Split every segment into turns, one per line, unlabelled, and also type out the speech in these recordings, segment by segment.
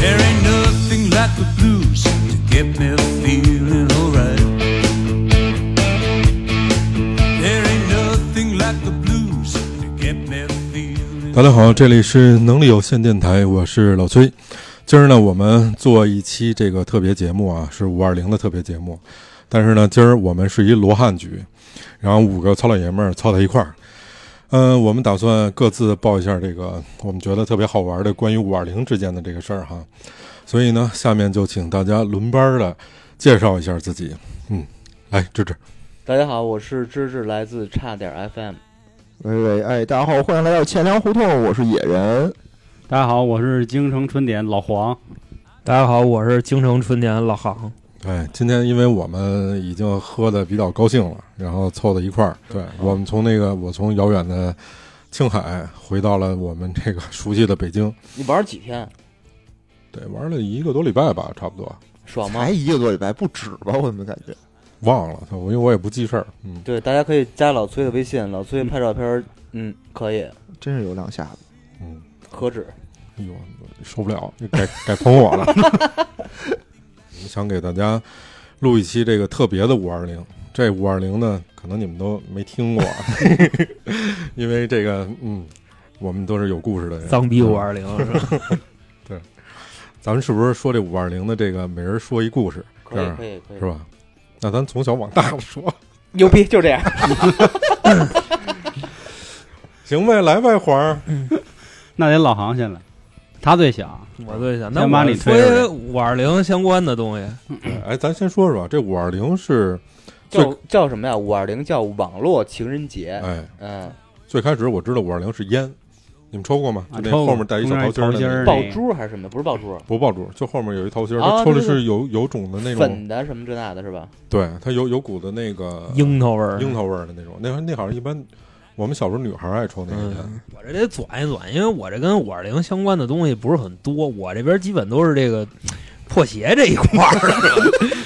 There ain't nothing like the blues to get me feeling alright. There ain't nothing like the blues to get me feeling.
大家好，这里是能力有限电台，我是老崔。今儿呢，我们做一期这个特别节目啊，是五二零的特别节目。但是呢，今儿我们是一罗汉局，然后五个糙老爷们儿凑在一块儿。嗯、我们打算各自报一下这个我们觉得特别好玩的关于五二零之间的这个事儿哈。所以呢，下面就请大家轮班的介绍一下自己。嗯，来，芝芝，
大家好，我是芝芝，来自差点 FM。
喂喂，哎，大家好，欢迎来到钱粮胡同，我是野人。
大家好，我是京城春点老黄。
大家好，我是京城春年老杭。
哎，今天因为我们已经喝的比较高兴了，然后凑到一块儿。对我们从那个我从遥远的青海回到了我们这个熟悉的北京，
你玩几天？
对，玩了一个多礼拜吧，差不多
爽吗
才？一个多礼拜，不止吧？我怎么感觉？
忘了，我因为我也不记事儿。嗯，
对，大家可以加老崔的微信，老崔拍照片儿，嗯，可以，
真是有两下子。
何止？
哎呦，受不了，改改捧我了。我们想给大家录一期这个特别的五二零，这五二零呢，可能你们都没听过，因为这个，嗯，我们都是有故事的人。
脏逼五二零，
咱们是不是说这五二零的这个每人说一故事，
可
这
以，
样
可以，可以
是，吧？那咱从小往大了 说，
牛逼，就这样。
行呗，来呗，黄儿。
那得老行先来，他最小。
我最想那
先把
我
你推出来
说五二零相关的东西，
哎，咱先说说吧，这五二零是最
叫叫什么呀？五二零叫网络情人节。
哎，
嗯，
最开始我知道五二零是烟，你们抽过吗？
啊
就那
抽过
后面带一小桃心儿的
中间一桃心
那个，
儿
爆珠还是什么？不是爆珠，
不爆珠，就后面有一桃心儿，
啊
它抽的
对对
是有有种的那种，
粉的什么这那的，是吧？
对，它有有股的那个
樱桃味儿。
樱桃味儿的那种，那那好像一般我们小时候女孩儿爱抽那个烟
嗯，我这得转一转，因为我这跟五二零相关的东西不是很多，我这边基本都是这个破鞋这一块儿的。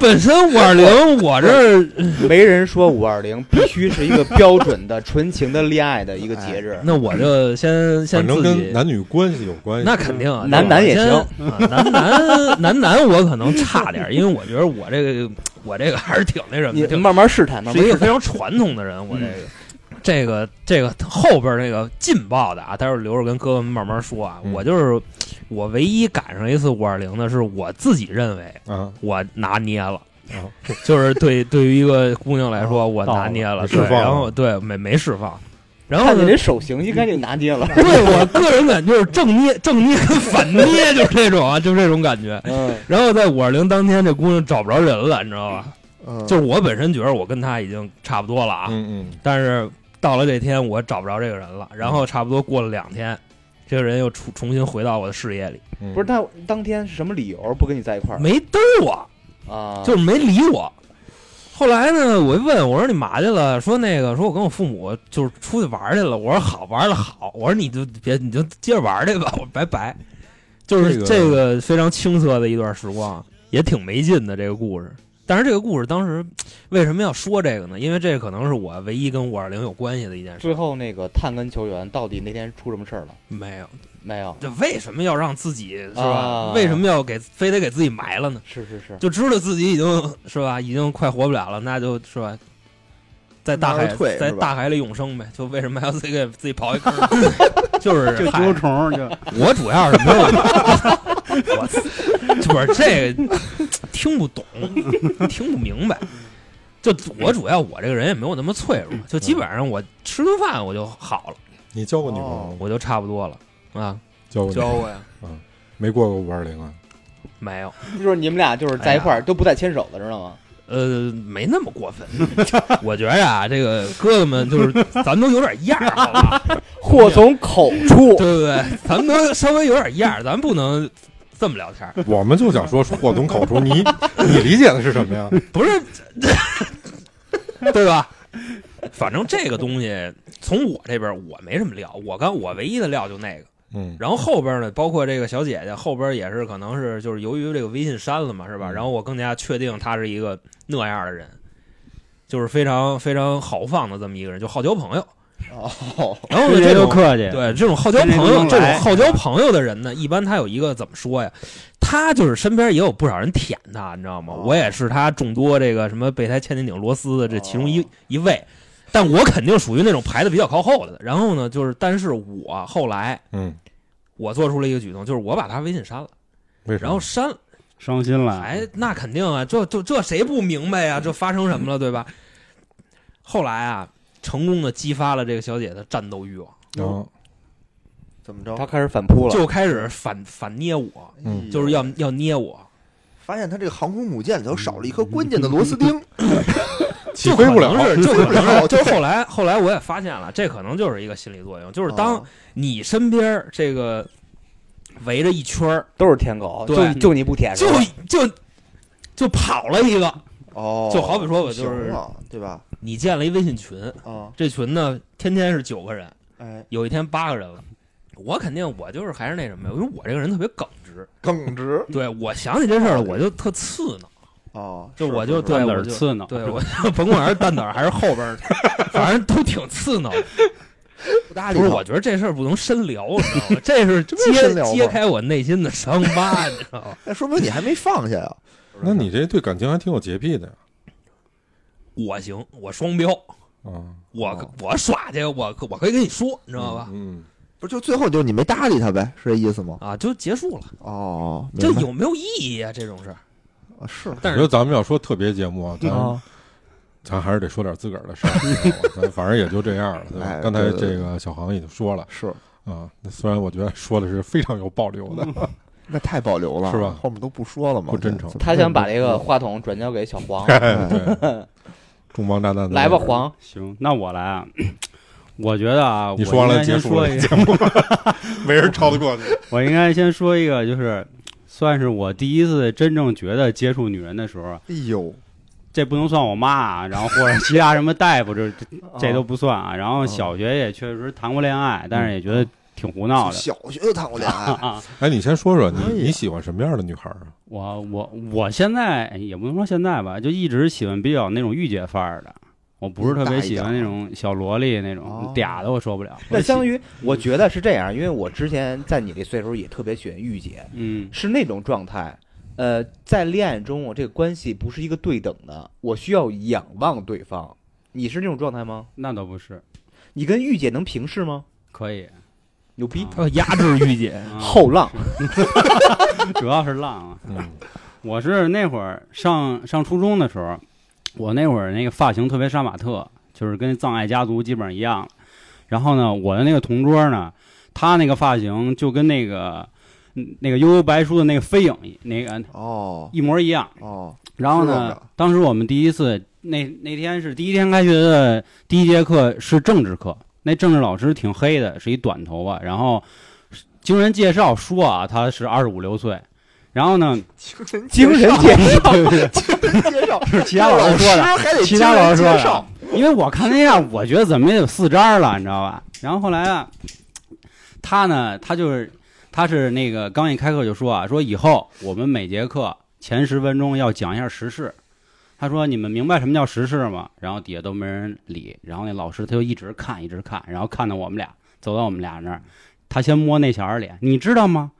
本身五二零，我这儿
没人说五二零必须是一个标准的纯情的恋爱的一个节日。
那我就先先
反正
自
跟
己，
男女关系有关系。
那肯定啊，
男男也行
行，啊男 男男男我可能差点儿，因为我觉得我这个我这个还是挺那什么
你
的，挺
慢慢试探，慢
是
慢
一
试
个
探。
非常传统的人，我这个。嗯这个这个后边那个劲爆的啊，待会儿留着跟哥哥们慢慢说啊。
嗯
我就是我唯一赶上一次五二零的是我自己认为
啊，
我拿捏了
哦，
就是对对于一个姑娘来说我
到
拿
了
捏哦了，
释放
对然
了
后对没没释放，然后
看
呢
你这手型，应该就拿捏了。
对我个人感觉就是正捏正捏跟反捏就是这种啊，就是这种感觉。
嗯，
然后在五二零当天，这姑娘找不着人了，你知道吧？
嗯，
就是我本身觉得我跟她已经差不多了啊，
嗯嗯，
但是到了这天我找不着这个人了。然后差不多过了两天，这个人又重重新回到我的视野里，
嗯
不是，他当天是什么理由不跟你在一块儿
没嘚儿我，
啊？
就是没理我。后来呢，我一问我说你嘛去了？说那个说我跟我父母就是出去玩儿去了。我说好玩儿了好，我说你就别你就接着玩儿去吧， 我说拜拜。就是
这
这个非常青涩的一段时光，也挺没劲的这个故事。但是这个故事当时为什么要说这个呢？因为这可能是我唯一跟五二零有关系的一件事。
最后那个探根球员到底那天出什么事儿了？
没有，
没有，
这为什么要让自己是吧？
啊
为什么要给非得给自己埋了呢？
是是是，
就知道自己已经是吧，已经快活不了了，那就是吧，在大
慢
海
慢退
在
是吧
大海里永生呗。就为什么还要自己给自己刨一坑？ 就是
就
嗨
揪虫，就
我主要是没有， 我不是这个听不懂，听不明白。就我主要我这个人也没有那么脆弱，就基本上我吃顿饭我就好了，
你交过女朋友吗？
哦
我就差不多了啊。
交过女朋友，
过呀？
没过过五二零啊？
没有，
就是你们俩就是在一块儿都不带牵手的，知道吗？
呃，没那么过分。 我觉着啊，这个哥哥们就是咱们都有点样儿，好吧？
祸从口出，
对不对？咱们都稍微有点样儿，咱不能这么聊天儿。
我们就想说祸从口出， 你你理解的是什么呀？
不是， 对吧？反正这个东西从我这边儿我没什么料，我刚我唯一的料就那个，
嗯
然后后边呢，包括这个小姐姐后边也是可能是就是由于这个微信删了嘛，是吧？
嗯
然后我更加确定她是一个那样的人，就是非常非常豪放的这么一个人，就好交朋友。
哦，
然后呢，
对
这
这就
种
客气，
对这种好交朋
跟人
友，
能
这种
来
好交朋友的人呢，一般他有一个怎么说呀？他就是身边也有不少人舔他，你知道吗？
哦
我也是他众多这个什么备胎千斤顶螺丝的这其中一、
哦
一位，但我肯定属于那种排的比较靠后的。然后呢，就是但是我后来
嗯，
我做出了一个举动，就是我把他微信删了，
为什
然后
么？
删了，
伤心了。
哎，那肯定啊，这这这谁不明白呀、这发生什么了，对吧？后来啊，成功的激发了这个小姐的战斗欲望，
然后
怎么着
他？开始反扑了，
就开始反反捏我，
嗯
就是要要捏我，
发现他这个航空母舰里头少了一颗关键的螺丝钉，
起飞不
就可
了，
能是就
飞不
可能
了
是，就是后来后来我也发现了，这可能就是一个心理作用，就是当
哦
啊
你身边儿这个围着一圈儿，
都是舔狗，
对
就就你不舔，
就是
吧
就就跑了一个，
哦，
就好比说我就
行
是
了，对吧？
你建了一微信群，
啊，
这群呢天天是九个人，
哎，
有一天八个人了。我肯定，我就是还是那什么，因为我这个人特别耿直，
耿直
对我想起这事儿了，我就特刺挠，
哦，
就是我就是对
蛋
我
儿
就
刺挠，
对我就 甭管是蛋胆儿还是后边儿，反正都挺刺挠的。
不搭理
不是，
他，
我觉得这事儿不能深聊，你知道吗？这是
么深
揭
聊吗
揭开我内心的伤疤，你知道吗？
那哎说明你还没放下呀。
那你这对感情还挺有洁癖的呀
我行，我双标，
啊，
我
哦
我耍去，我我可以跟你说，你知道吧？
嗯，
不是，就最后就是你没搭理他呗，是这意思吗？
啊，就结束了，
哦，
这
明白
有没有意义啊？这种事儿，
啊是
我
但
觉得
是
咱们要说特别节目啊，
嗯
咱
哦
啊，
咱还是得说点自个儿的 事儿，你知道吗咱反正也就这样了。对吧
哎？
刚才
对对
这个小航已经说了
是
啊，那虽然我觉得说的是非常有保留的，
那太保留了，
是吧
后面都不说了嘛，
不真诚
怎么
他想把这个话筒转交给小 黄，
哎
对， 重磅炸弹
来吧，，黄，
行，那我来啊。 我觉得啊，
你
我
说完
应
了
该
结
先
束
说
了
一
节
个，
目，没人超得过去。
我应该先说一个，就是算是我第一次真正觉得接触女人的时候，
哎呦，
这不能算我妈啊，然后或者其他什么大夫，这这这都不算啊。然后小学也确实谈过恋爱，但是也觉得挺胡闹的。
小学就谈
啊
过恋
啊
爱，
哎，你先说说你
哎呀
你喜欢什么样的女孩儿啊？
我我我现在哎也不能说现在吧，就一直喜欢比较那种御姐范儿的，我不是特别喜欢那种小萝莉那
哦
种嗲的，我受不了。
那相当
于
于，我觉得是这样，因为我之前在你这岁数也特别喜欢御姐，
嗯
是那种状态。呃，在恋爱中，我这个关系不是一个对等的，我需要仰望对方。你是那种状态吗？
那倒不是，
你跟御姐能平视吗？
可以。
牛逼，
啊
要压制御姐，
啊
后浪
主要是浪啊！
嗯
我是那会儿上上初中的时候，我那会儿那个发型特别杀马特，就是跟藏爱家族基本上一样了。然后呢，我的那个同桌呢，他那个发型就跟那个嗯那个悠悠白书的那个飞影一那个
哦
一模一样。
哦，
然后
是这样
呢
的，
当时我们第一次那那天是第一天开学的第一节课是政治课，那政治老师挺黑的，是一短头发，然后经人介绍说啊，他是二十五六岁。然后呢，
精神
精神介绍，
介绍，
是其他老师说的，
还得
其他老
精神
师说
介绍
的，因为我看那样，我觉得怎么也有四张了，你知道吧？然后后来啊，他呢，他就是他是那个刚一开课就说啊，说以后我们每节课前十分钟要讲一下时事。他说：“你们明白什么叫时事吗？”然后底下都没人理，然后那老师他就一直看，一直看，然后看到我们俩走到我们俩那儿，他先摸那小孩脸，你知道吗？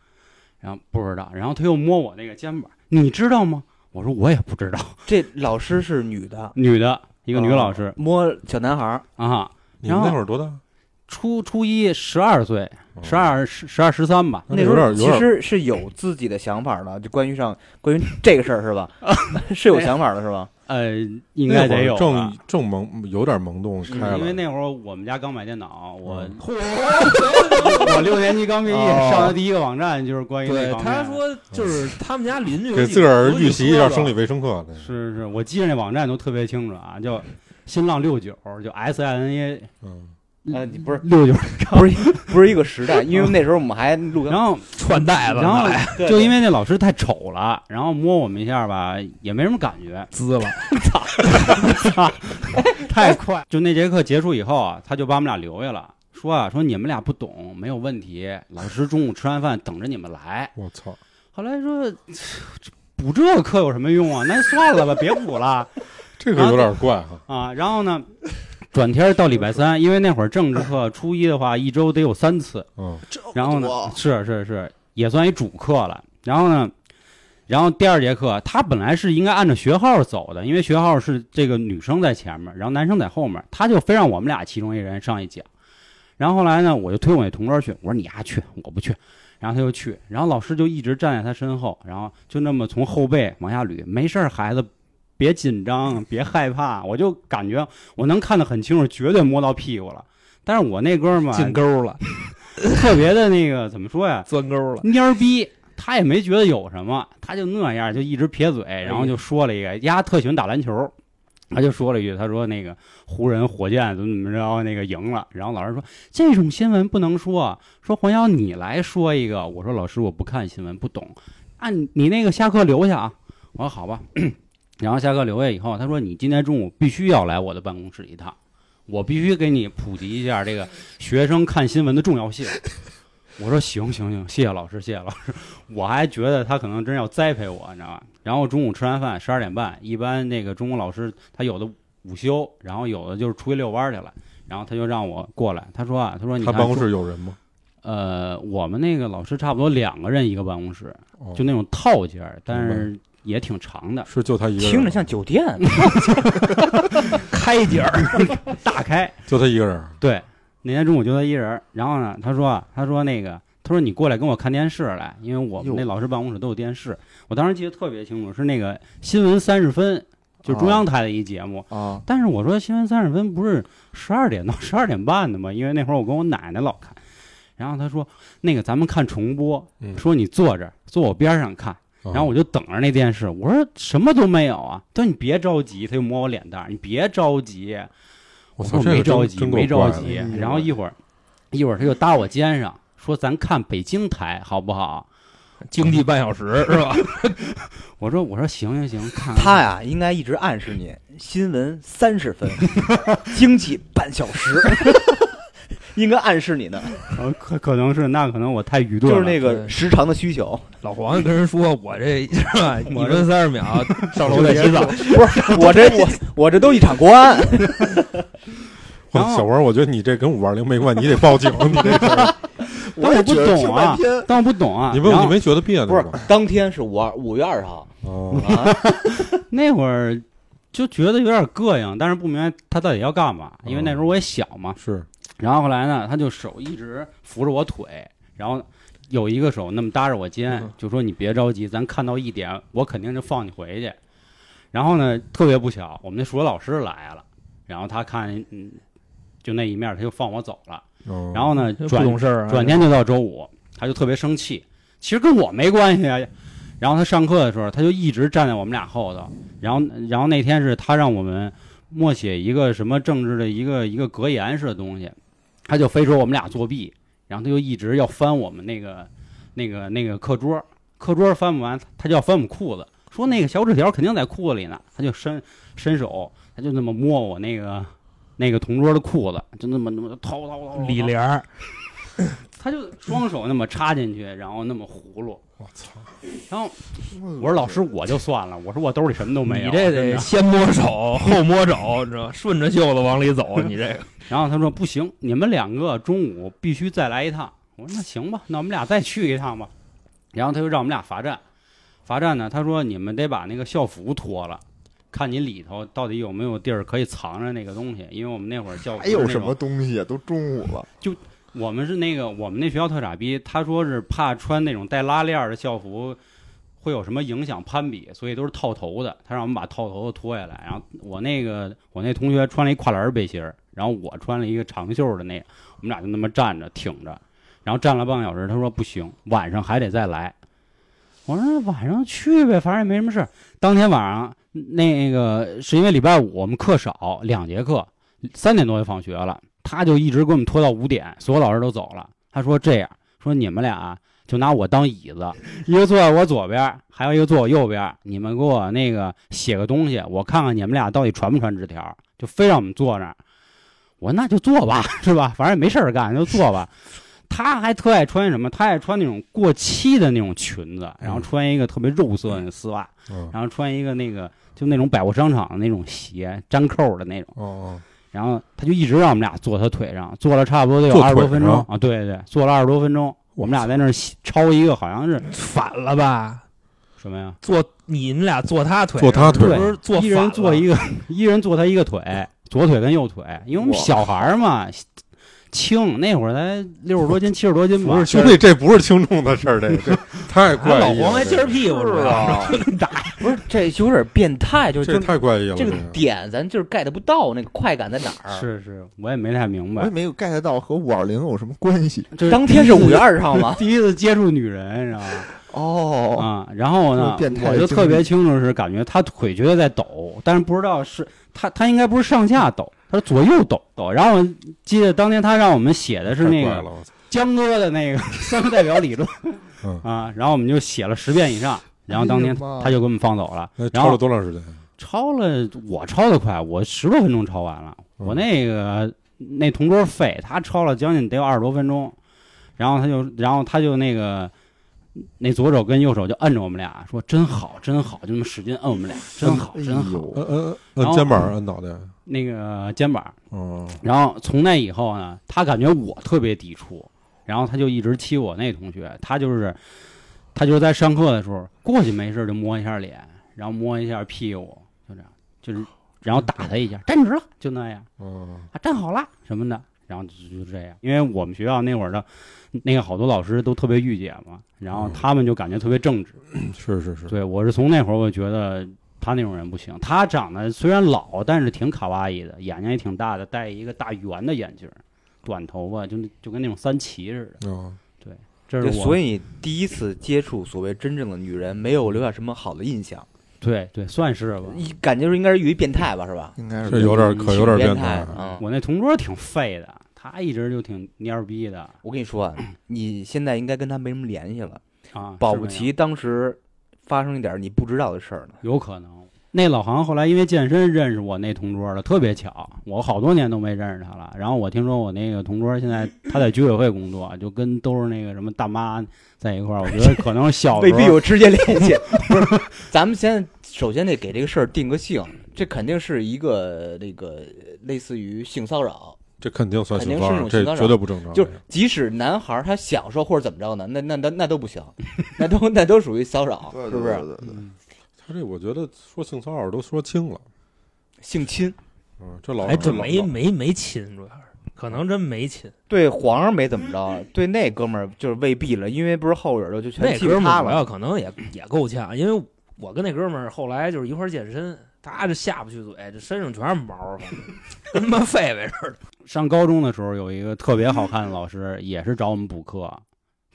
然后不知道，然后他又摸我那个肩膀，你知道吗？我说我也不知道。
这老师是女的，
女的，一个女老师
摸小男孩儿，
啊，
你们
然后
那会儿多大？哦
初初一十二岁，十二十十二十三吧，
那
那时
有点
候
有
其
点
实是有自己的想法的，就关于上关于这个事儿是吧？是有想法的是吧？
呃，应该得有
那会儿
吧嗯
正正萌，有点萌动开了，
因为那会儿我们家刚买电脑，我
嗯
我六年级刚毕业，上的第一个网站就是关于那
哦对，
方面
他说就是他们家邻居有
给
几
自个儿
有几
预习一下
哥哥
生理卫生课。那
是是，我记着那网站都特别清楚啊，叫新浪六九，就 S I N A
嗯，
呃，你不是
六九，
不是不是一个时代，因为那时候我们还录
然 后
穿戴了，
然后
哎
就因为那老师太丑了，然后摸我们一下吧，也没什么感觉，
滋了，
太快！就那节课结束以后啊，他就把我们俩留下了，说啊，说你们俩不懂没有问题，老师中午吃完饭等着你们来。
我操，
后来说这补这课有什么用啊？那算了吧，别补了
这个有点怪哈、
啊。然后呢，转天到礼拜三，因为那会儿政治课初一的话，一周得有三次。
嗯，
然后呢
我，
是是是，也算一主课了。然后呢，然后第二节课，他本来是应该按照学号走的，因为学号是这个女生在前面，然后男生在后面，他就非让我们俩其中一人上去讲。然后后来呢，我就推我那同桌去，我说你丫、去，我不去。然后他就去，然后老师就一直站在他身后，然后就那么从后背往下捋，没事儿，孩子，别紧张，别害怕。我就感觉我能看得很清楚，绝对摸到屁股了。但是我那哥们儿吧
进沟了，
特别的那个怎么说呀？
钻沟了。
蔫儿逼，他也没觉得有什么，他就那样，就一直撇嘴，
哎
然后就说了一个，丫特喜欢打篮球，他就说了一句，他说那个湖人、火箭怎么怎么着，那个赢了，然后老师说这种新闻不能说啊，说黄瑶你来说一个，我说老师我不看新闻，不懂，按、你那个下课留下啊，我说好吧，然后下课留下以后，他说你今天中午必须要来我的办公室一趟。我必须给你普及一下这个学生看新闻的重要性。我说行行行，谢谢老师，谢谢老师。我还觉得他可能真要栽培我，你知道吧？然后中午吃完饭，十二点半，一般那个中国老师他有的午休，然后有的就是出去遛弯儿去了，然后他就让我过来，他说啊，他说你
他
看
办公室有人吗？
呃，我们那个老师差不多两个人一个办公室，
哦、
就那种套间儿，但是也挺长的，
是就他一个人，
听着像酒店，
开景儿，
大开。
就他一个人啊儿，
对，那天中午就他一人儿。然后呢，他说啊，他说那个，他说你过来跟我看电视来，因为我们
哟
那老师办公室都有电视。我当时记得特别清楚，是那个新闻三十分，就是中央台的一节目。
啊，
但是我说新闻三十分不是十二点到 十二点半的吗？因为那会儿我跟我奶奶老看。然后他说那个咱们看重播，
嗯
说你坐这儿，坐我边上看。然后我
我
就等着那电视，我说什么都没有啊。他说你别着急，他就摸我脸蛋儿，你别着急。
我操，
说
这
没
个真
着急，
真够
没
怪
着
的
急。
嗯
然后一会儿，一会儿他就搭我肩上说：“咱看北京台好不好
经济半小时是吧？？”
我说：“我说行行行，看
他呀应该一直暗示你新闻三十分，经济半小时，应该暗示你呢，
呃可可能是那可能我太愚钝
就是
了，
那个
对
时长的需求。
老黄跟人说，我这是吧？一
我这
分三十秒上楼
就
再
别
洗澡，
不是我这 我我这都一场国安，
我
然后
小王，我觉得你这跟五二零没关系，你得报 警，你这事儿，
但我不
觉得听
懂啊
半天，
但我不懂啊。
你问
然
你
后
没觉得别
不
扭
是
吗？
当天是五二五月二十号
哦，
嗯
啊，
那会儿就觉得有点膈应，但是不明白他到底要干嘛，
嗯
因为那时候我也小嘛。
是
然后后来呢，他就手一直扶着我腿，然后有一个手那么搭着我肩
嗯，
就说你别着急，咱看到一点，我肯定就放你回去。然后呢，特别不巧，我们那数学老师来了，然后他看，嗯，就那一面，他就放我走了。
哦，
然后呢，
不
转
懂事儿啊。
转天就到周五，他就特别生气，其实跟我没关系啊。然后他上课的时候，他就一直站在我们俩后头。然后，然后那天是他让我们默写一个什么政治的一个一个格言式的东西，他就非说我们俩作弊，然后他就一直要翻我们那个那个那个课桌，课桌翻不完，他就要翻我们裤子，说那个小纸条肯定在裤子里呢，他就伸伸手，他就那么摸我那个那个同桌的裤子，就那么那么掏掏掏掏，
李莲儿，
他就双手那么插进去，然后那么葫芦。
我操，
然后我说老师，我就算了，我说我兜里什么都没有。啊
你
真
这得
的
先摸手后摸肘，你知道吗？顺着袖子往里走，你这个
然后他说不行，你们两个中午必须再来一趟。我说那行吧，那我们俩再去一趟吧。然后他就让我们俩罚站，罚站呢，他说你们得把那个校服脱了，看你里头到底有没有地儿可以藏着那个东西，因为我们那会儿校服
还有
是那
什么
种
东西啊？都中午了，
我们是那个我们那学校特傻逼，他说是怕穿那种带拉链儿的校服会有什么影响攀比，所以都是套头的。他让我们把套头的脱下来，然后我那个我那同学穿了一跨栏儿背心儿，然后我穿了一个长袖儿的那，我们俩就那么站着挺着，然后站了半个小时，他说不行，晚上还得再来。我说晚上去呗，反正也没什么事儿。当天晚上那个是因为礼拜五我们课少，两节课，三点多就放学了，他就一直给我们拖到五点，所有老师都走了。他说这样，说你们俩啊就拿我当椅子，一个坐在我左边，还有一个坐我右边，你们给我那个写个东西，我看看你们俩到底传不传纸条，就非让我们坐那儿。我说那就做吧， 是吧？反正也没事儿干，就做吧。他还特爱穿什么？他爱穿那种过膝的那种裙子，然后穿一个特别肉色的丝袜，
嗯，
然后穿一个那个就那种百货商场的那种鞋，粘扣的那种。
哦
然后他就一直让我们俩坐他腿上，坐了差不多得有
坐
二十多
腿
分钟
上
啊，对对对，坐了二十多分钟，我们俩在那儿洗抄一个，好像是
反了吧？
什么呀？
坐你们俩坐他腿
坐
上，
他腿
不是坐
一
反
人
了
坐一个，一人坐他一个腿，左腿跟右腿，因为我们
哇
小孩儿嘛，轻，那会儿才六十多斤、七十多斤吧
不是，，兄弟，这不是轻重的事儿，这 这太怪
俺老
异
黄
了
还，
这
撅着屁股是吧？
啊，不是这有点变态，就是
这
就
太怪异了，
这
这
个点咱就是 get 不到那个快感在哪儿。
是是，我也没太明
我也
白。
哎没有 get 到和五二零有什么关系
这
当天是五月二十号 吗？
第一次接触女人，你知道吗？
哦。
啊，然后呢，
这是变态
我
的
就
经
特别
历
清楚是感觉他腿觉得在抖，但是不知道是他他应该不是上下抖，他是左右抖抖。然后我记得当天他让我们写的是
太
那
怪
个
了，我操
江哥的那个三个代表理论
嗯
啊，然后我们就写了十遍以上，然后当天
哎呀妈
他就给我们放走了
那，
然
抄了
后
多长时间？
抄了我抄的快，我十多分钟抄完了，
嗯
我那个那同桌废，他抄了将近得有二十多分钟，然后他就然后他就那个。那左手跟右手就摁着我们俩，说真好，真好，就那么使劲摁我们俩，真
哎
好，真好。
嗯
好，
嗯嗯，
然后
肩膀摁脑袋，
那个肩膀，
嗯，
然后从那以后呢，他感觉我特别抵触，然后他就一直欺负我那同学，他就是他就是在上课的时候过去没事就摸一下脸，然后摸一下屁股，就这样，就是然后打他一下，站直了，就那样
嗯，
啊，站好了什么的，然后就就这样。因为我们学校那会儿的那个好多老师都特别御姐嘛，然
嗯
后他们就感觉特别正直。
是是是，
对我是从那会儿我觉得。他那种人不行，他长得虽然老，但是挺卡哇伊的，眼睛也挺大的，戴一个大圆的眼镜儿，短头发，就那就跟那种三旗似的。
嗯，
这
就是
我
所以你第一次接触所谓真正的女人，没有留下什么好的印象，
对对，算是吧。
一感觉应该是于变态吧，是吧？
应该
这
是
有点可有点
变
变态，啊
嗯，
我那同桌挺废的，他一直就挺蔫儿逼的
我跟你说啊，你现在应该跟他没什么联系了，
啊，
保
是
不
这样
齐当时发生一点你不知道的事儿呢。
有可能。那老行后来因为健身认识我那同桌了，特别巧，我好多年都没认识他了。然后我听说我那个同桌现在他在居委会工作，就跟都是那个什么大妈在一块儿。我觉得可能小
未
时
必
候
有直接联 系。不是，咱们先首先得给这个事儿定个性，这肯定是一个那个类似于性骚
哦
扰，
这肯定算
肯
性
定
骚
是
扰，
种
这
性骚
绝
扰
对不正常，
就是即使男孩儿他享受或者怎么着呢，那那那那都不行，那都那都属于骚扰，
对
是不
对
是？
对对对
他这我觉得说性骚扰都说轻了，
性侵
嗯，这老
还真
这老
哎没没没亲，主要是可能真没亲。
对皇上没怎么着，对那哥们儿就是未必了，因为不是后边儿的就全
那
欺
哥
负
们
他
儿主要
了。
可能也也够呛，因为我跟那哥们儿后来就是一块儿健身，他这下不去嘴，这身上全是毛儿，反正跟他妈狒狒似的。
上高中的时候有一个特别好看的老师，也是找我们补课，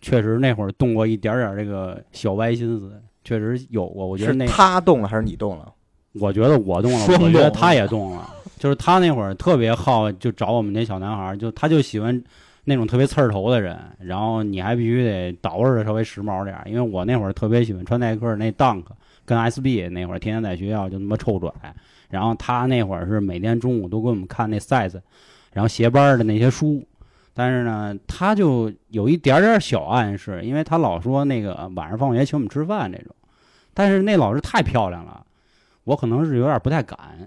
确实那会儿动过一点点这个小歪心思，确实有过。我觉得
是
那
他动了还是你动了？
我觉得我动了，
双
我觉得
动
他也动了。就是他那会儿特别好，就找我们那小男孩儿，就他就喜欢那种特别刺儿头的人，然后你还必须得捯饬的稍微时髦点儿。因为我那会儿特别喜欢穿耐克儿那 Dunk 跟 SB，那会儿天天在学校就他妈臭拽。然后他那会儿是每天中午都给我们看那 size，然后鞋班儿的那些书。但是呢，他就有一点点小暗示，因为他老说那个呃晚上放学请我们吃饭这种。但是那老师太漂亮了，我可能是有点不太敢。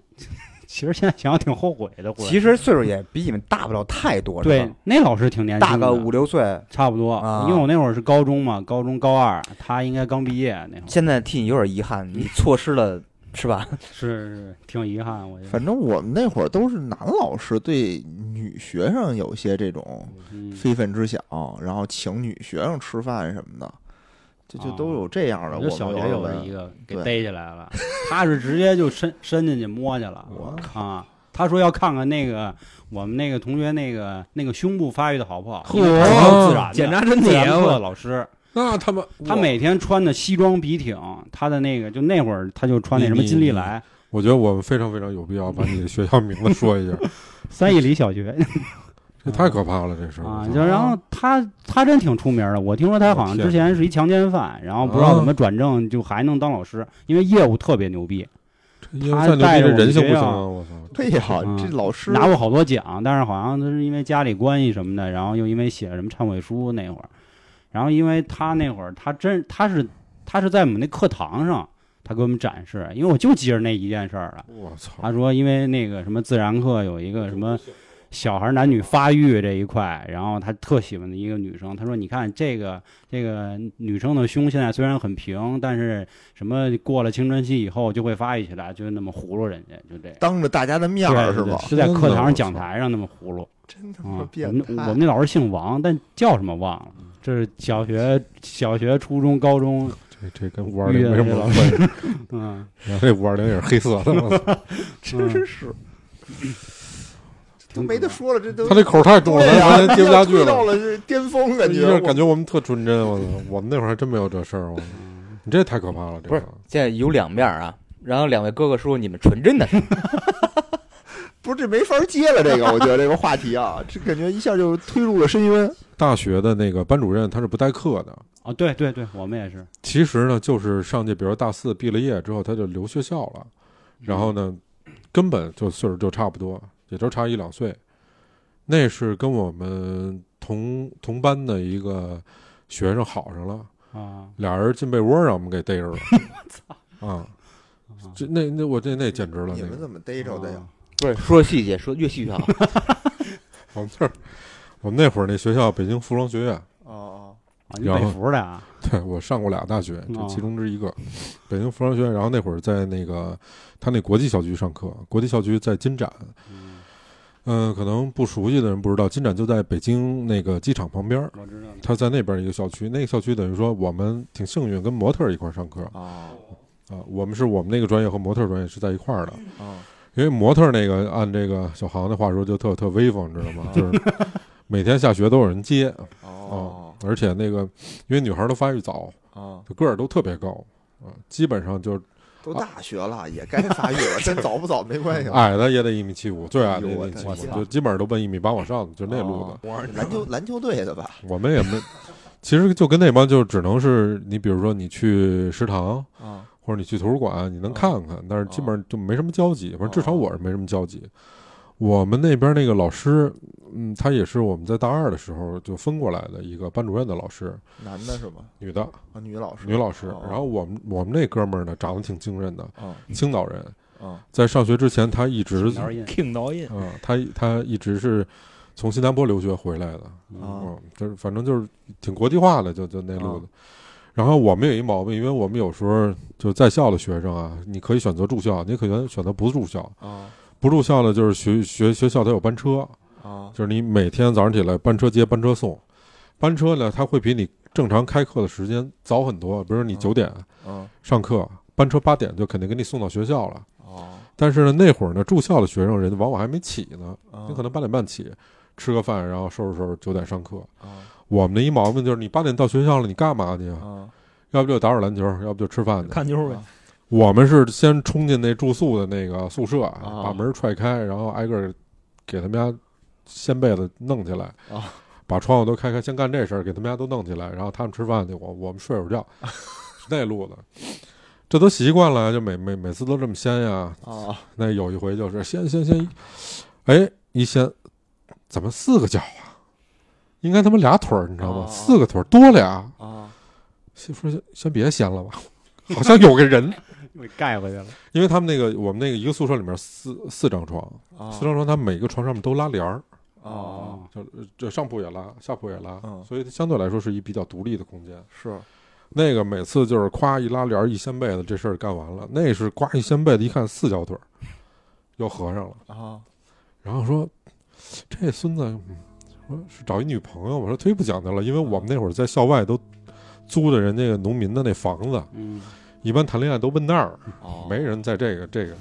其实现在想想挺后悔的。忽然
其实岁数也比你们大不了太多，是吧
对，那老师挺年轻
大
的，
个五六岁，
差不多、
啊
因为我那会儿是高中嘛，高中高二，他应该刚毕业那会儿，
现在替你有点遗憾，你错失了是吧？
是是是挺遗憾，我觉得。
反正我们那会儿都是男老师对女学生有些这种
嗯
非分之想，然后请女学生吃饭什么的，就就都有这样的。啊
我
我
就
们
哦小学
耳
有
闻
这一个给
对
逮起来了， 他是直接就伸伸进去摸去了，
我
啊！他说要看看那个我们那个同学那个那个胸部发育的好不好，
嚯
因为他是自然的
检查身体
自然课
我
老师，
那他妈
他每天穿的西装笔挺，他的那个就那会儿他就穿那什么
你
金利
你
来
我觉得我们非常非常有必要把你的学校名字说一下，
三义里小学，
这太可怕了，这事儿
啊，
我
就
操
然后他他真挺出名的，我听说他好像之前是一强奸犯，然后不知道怎么转正，就还能当老师，因为业务特别牛逼。
因为再牛逼这人性不行啊！我操，
对呀、
嗯
这老师
拿过好多奖，但是好像都是因为家里关系什么的，然后又因为写了什么忏悔书那会儿，然后因为他那会儿他真他是他是在我们那课堂上，他给我们展示，因为我就记着那一件事儿了。
我操，
他说因为那个什么自然课有一个什么小孩男女发育这一块，然后他特喜欢的一个女生，他说你看这个这个女生的胸现在虽然很平，但是什么过了青春期以后就会发育起来，就那么糊弄人家，就这样。
当着大家的面儿
对
是
对
吧？
是在
真
课
的
堂
我
上讲
操
台上那么葫芦
真他妈
啊！
变
我们
态！嗯
我们那老师姓王，但叫什么忘了。这是小学、小学、初中、高中，
这这跟五二零没什么关系。
嗯，
然后这五二零也是黑色的，我操
真是，
嗯
都
挺
没得
可
说了，这都
他这口儿太重了，
对呀
咱咱 接不下去
哎又推到
了。
了这巅峰感
一下
觉，
感觉我们特纯真，我操！我们那会儿还真没有这事儿，我操！你这太可怕了，这
不
个
是现在有两面啊。然后两位哥哥说你们纯真的 是，
不是这没法接 了，这个我觉得这个话题啊，这感觉一下就推入了深渊。
大学的那个班主任他是不代课的，
啊，对对对，我们也是，
其实呢，就是上届，比如大四毕了业之后，他就留学校了，然后呢，根本就岁数就差不多，也就差一两岁。那是跟我们同同班的一个学生好上了，
啊，
俩人进被窝让我们给逮着了。我操！啊，这那那我这那简直了，
你
那
们
个
怎么逮着的呀？
不是说细节，说越细越好。
我们那儿，我们那会儿那学校北京服装学院，
哦，
啊，你
然
北
后
服的啊，
对我上过俩大学，这
哦
其中之一个，北京服装学院。然后那会儿在那个他那国际校区上课，国际校区在金展。嗯、可能不熟悉的人不知道，金展就在北京那个机场旁边儿，
我知道，
他在那边一个校区。那个校区等于说我们挺幸运，跟模特儿一块儿上课啊、
哦，
我们是我们那个专业和模特儿专业是在一块儿
嗯
的，
哦，
因为模特儿那个按这个小航的话说就特特威风，你知道吗？ 就是每天下学都有人接啊、
哦，
而且那个因为女孩儿都发育早，
哦，
个儿都特别高啊、基本上就是
都大学了，也该发育 了，跟早不早没关系了。
矮的也得一米七五，最矮的也得一
哎呦
米七
我的
五，
天
就基本上都奔一米八往上的，就那路子。
哦篮球篮球队的吧？
我们也没，其实就跟那帮就只能是你，比如说你去食堂
啊，
或者你去图书馆，你能看
哦
看，但是基本上就没什么交集，反正至少我是没什么交集。我们那边那个老师，嗯，他也是我们在大二的时候就分过来的一个班主任的老师，
男的是吗？
女的
啊，女老师，
女老师。
哦
然后我们我们那哥们儿呢，长得挺精神的，
哦，
青岛人，
哦，
在上学之前他一直
哪儿印
听导演，
嗯，他他一直是从新加坡留学回来的，
啊
嗯，就是反正就是挺国际化的，就就那路子。然后我们有一毛病，因为我们有时候就在校的学生啊，你可以选择住校，你也可以选择不住校。
哦，
不住校呢，就是学学学校它有班车，
哦，
就是你每天早上起来班车接班车送，班车呢它会比你正常开课的时间早很多，比如说你
嗯
九点
哦，
上课，班车八点就肯定给你送到学校了。
哦，
但是呢，那会儿呢，住校的学生人家往往还没起呢，你
哦，
可能八点半起，吃个饭，然后收拾收拾，九点上课。
哦，
我们的一毛病就是，你八点到学校了，你干嘛去啊？
哦，
要不就打会儿篮球，要不就吃饭去。
看妞呗，
我们是先冲进那住宿的那个宿舍，
啊
把门踹开，然后挨个儿给他们家掀被子弄起来，
啊
把窗户都开开，先干这事儿，给他们家都弄起来，然后他们吃饭去，我我们睡会儿觉， 是那路子。这都习惯了，就每每每次都这么掀呀。
哦，
那有一回就是掀掀掀，哎，一掀怎么四个脚啊？应该他妈俩腿儿，你知道吗？
哦
四个腿儿多俩，
哦，
先说先先别掀了吧，好像有个人，
给盖回去了，
因为他们那个我们那个一个宿舍里面四四张床，四张
哦，
床，他每个床上面都拉帘儿，
哦，
就呃这上铺也拉，下铺也拉，
嗯
所以相对来说是一比较独立的空间。
是，
那个每次就是夸一拉帘儿一掀被子，这事儿干完了，那是呱一掀被子，一看四条腿儿，又合上了，
哦，
然后说这孙子。嗯说是找一女朋友，我说忒不讲究了，因为我们那会儿在校外都租的人家个农民的那房子，
嗯，
一般谈恋爱都奔那儿，
哦，
没人在这个这个，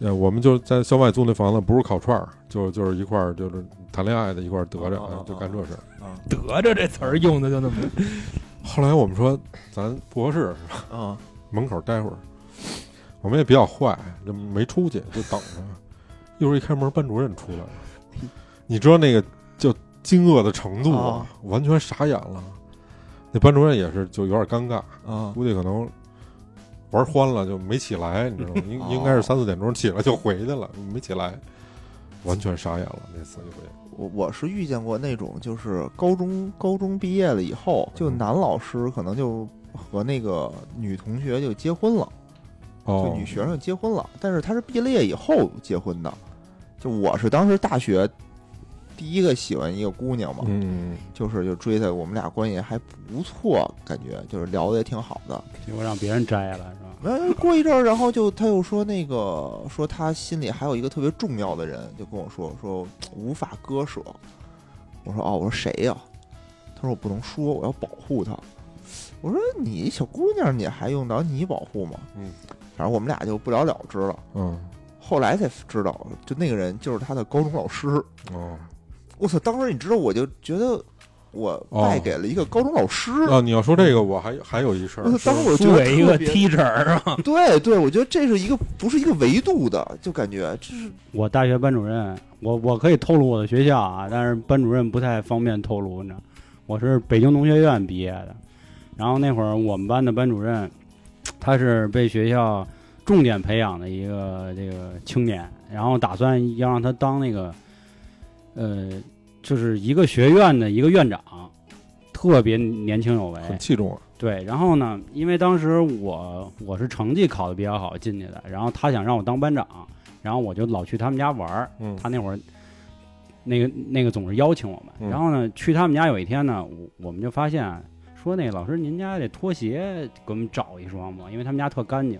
呃，我们就是在校外租那房子，不是烤串儿，就就是一块儿就是谈恋爱的一块儿得着，
哦哦
啊
哦
就干这事儿。
得着这词儿用的就那么，
后来我们说咱不合适，
哦，
门口待会儿。我们也比较坏，就没出去，就等着。一会儿一开门，班主任出来了，你知道那个就惊愕的程度啊，完全傻眼了。那班主任也是就有点尴尬，
哦，
估计可能玩欢了就没起来，你知道 吗？应应该是三四点钟起来就回去了，没起来，完全傻眼了那次一回。
我我是遇见过那种，就是高中高中毕业了以后，就男老师可能就和那个女同学就结婚了，就
哦，
女学生结婚了，但是他是毕了业以后结婚的。就我是当时大学第一个喜欢一个姑娘嘛，
嗯，
就是就追她，我们俩关系还不错，感觉就是聊的也挺好的。
结果让别人摘了是吧？
哎，过一阵儿，然后就他又说那个说他心里还有一个特别重要的人，就跟我说说无法割舍。我说哦，我说谁呀、他说我不能说，我要保护她。我说你小姑娘，你还用着你保护吗？
嗯，
反正我们俩就不了了之了。
嗯，
后来才知道，就那个人就是他的高中老师。
哦，
我操！当时你知道，我就觉得我
哦
败给了一个高中老师。
啊，你要说这个，我还还有一事
我
儿，
操！当时我就觉得
哦输给一个
特别
teacher 啊，
对对，我觉得这是一个不是一个维度的，就感觉这是
我大学班主任，我我可以透露我的学校啊，但是班主任不太方便透露呢。我是北京农学院毕业的，然后那会儿我们班的班主任，他是被学校重点培养的一个这个青年，然后打算要让他当那个，呃，就是一个学院的一个院长，特别年轻有为，
哎
很器重啊。
对，然后呢，因为当时我我是成绩考得比较好进去的，然后他想让我当班长，然后我就老去他们家玩儿。
嗯
他那会儿，那个那个总是邀请我们，
嗯
然后呢，去他们家有一天呢，我我们就发现说那老师您家这拖鞋给我们找一双吧，因为他们家特干净。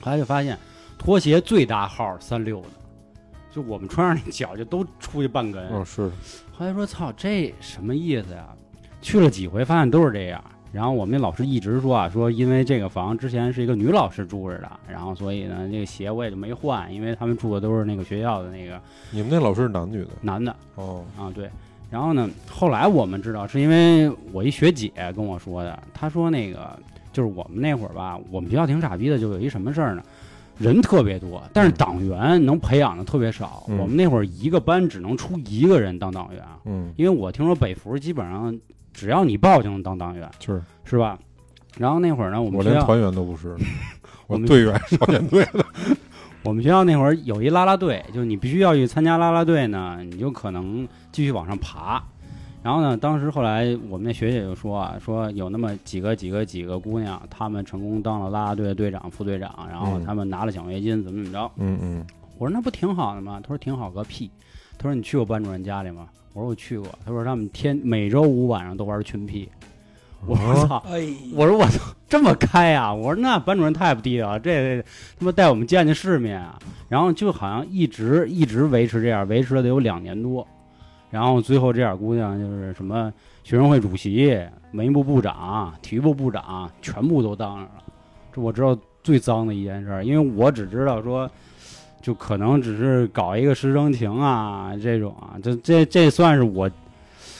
后来就发现拖鞋最大号三六的，就我们穿上那脚就都出去半
哎
跟。
嗯，是，
后来说操，这什么意思呀？去了几回，发现都是这样。然后我们那老师一直说啊，说因为这个房之前是一个女老师住着的，然后所以呢，这个鞋我也就没换，因为他们住的都是那个学校的那个
你们那老师是男女的？
男的
哦，
啊，对。然后呢，后来我们知道是因为我一学姐跟我说的，她说那个就是我们那会儿吧，我们学校挺傻逼的，就有一什么事儿呢，人特别多，但是党员能培养的特别少。
嗯
我们那会儿一个班只能出一个人当党员，啊
嗯，
因为我听说北服基本上只要你报就能当党员，
是
是吧？然后那会儿呢，我们
我
学
连
校
团员都不 是，我
我们
队员少先队的。
我们学校那会儿有一啦啦队，就是你必须要去参加啦啦队呢，你就可能继续往上爬。然后呢，当时后来我们那学姐就说啊，说有那么几个几个几个姑娘，她们成功当了啦啦队的队长、副队长，然后
嗯
她们拿了奖学金，怎么怎么着。
嗯嗯，
我说那不挺好的吗？他说挺好个屁。他说你去过班主任家里吗？我说我去过。他说他们天每周五晚上都玩群 P。我说
啊
操！
哎，
我说我操，这么开啊！我说那班主任太不地道了，这他妈带我们见见世面啊！然后就好像一直一直维持这样，维持了得有两年多。然后最后这点姑娘就是什么学生会主席、文艺部部长、体育部部长，全部都当上了。这我知道最脏的一件事儿，因为我只知道说，就可能只是搞一个师生情啊这种啊，这这这算是我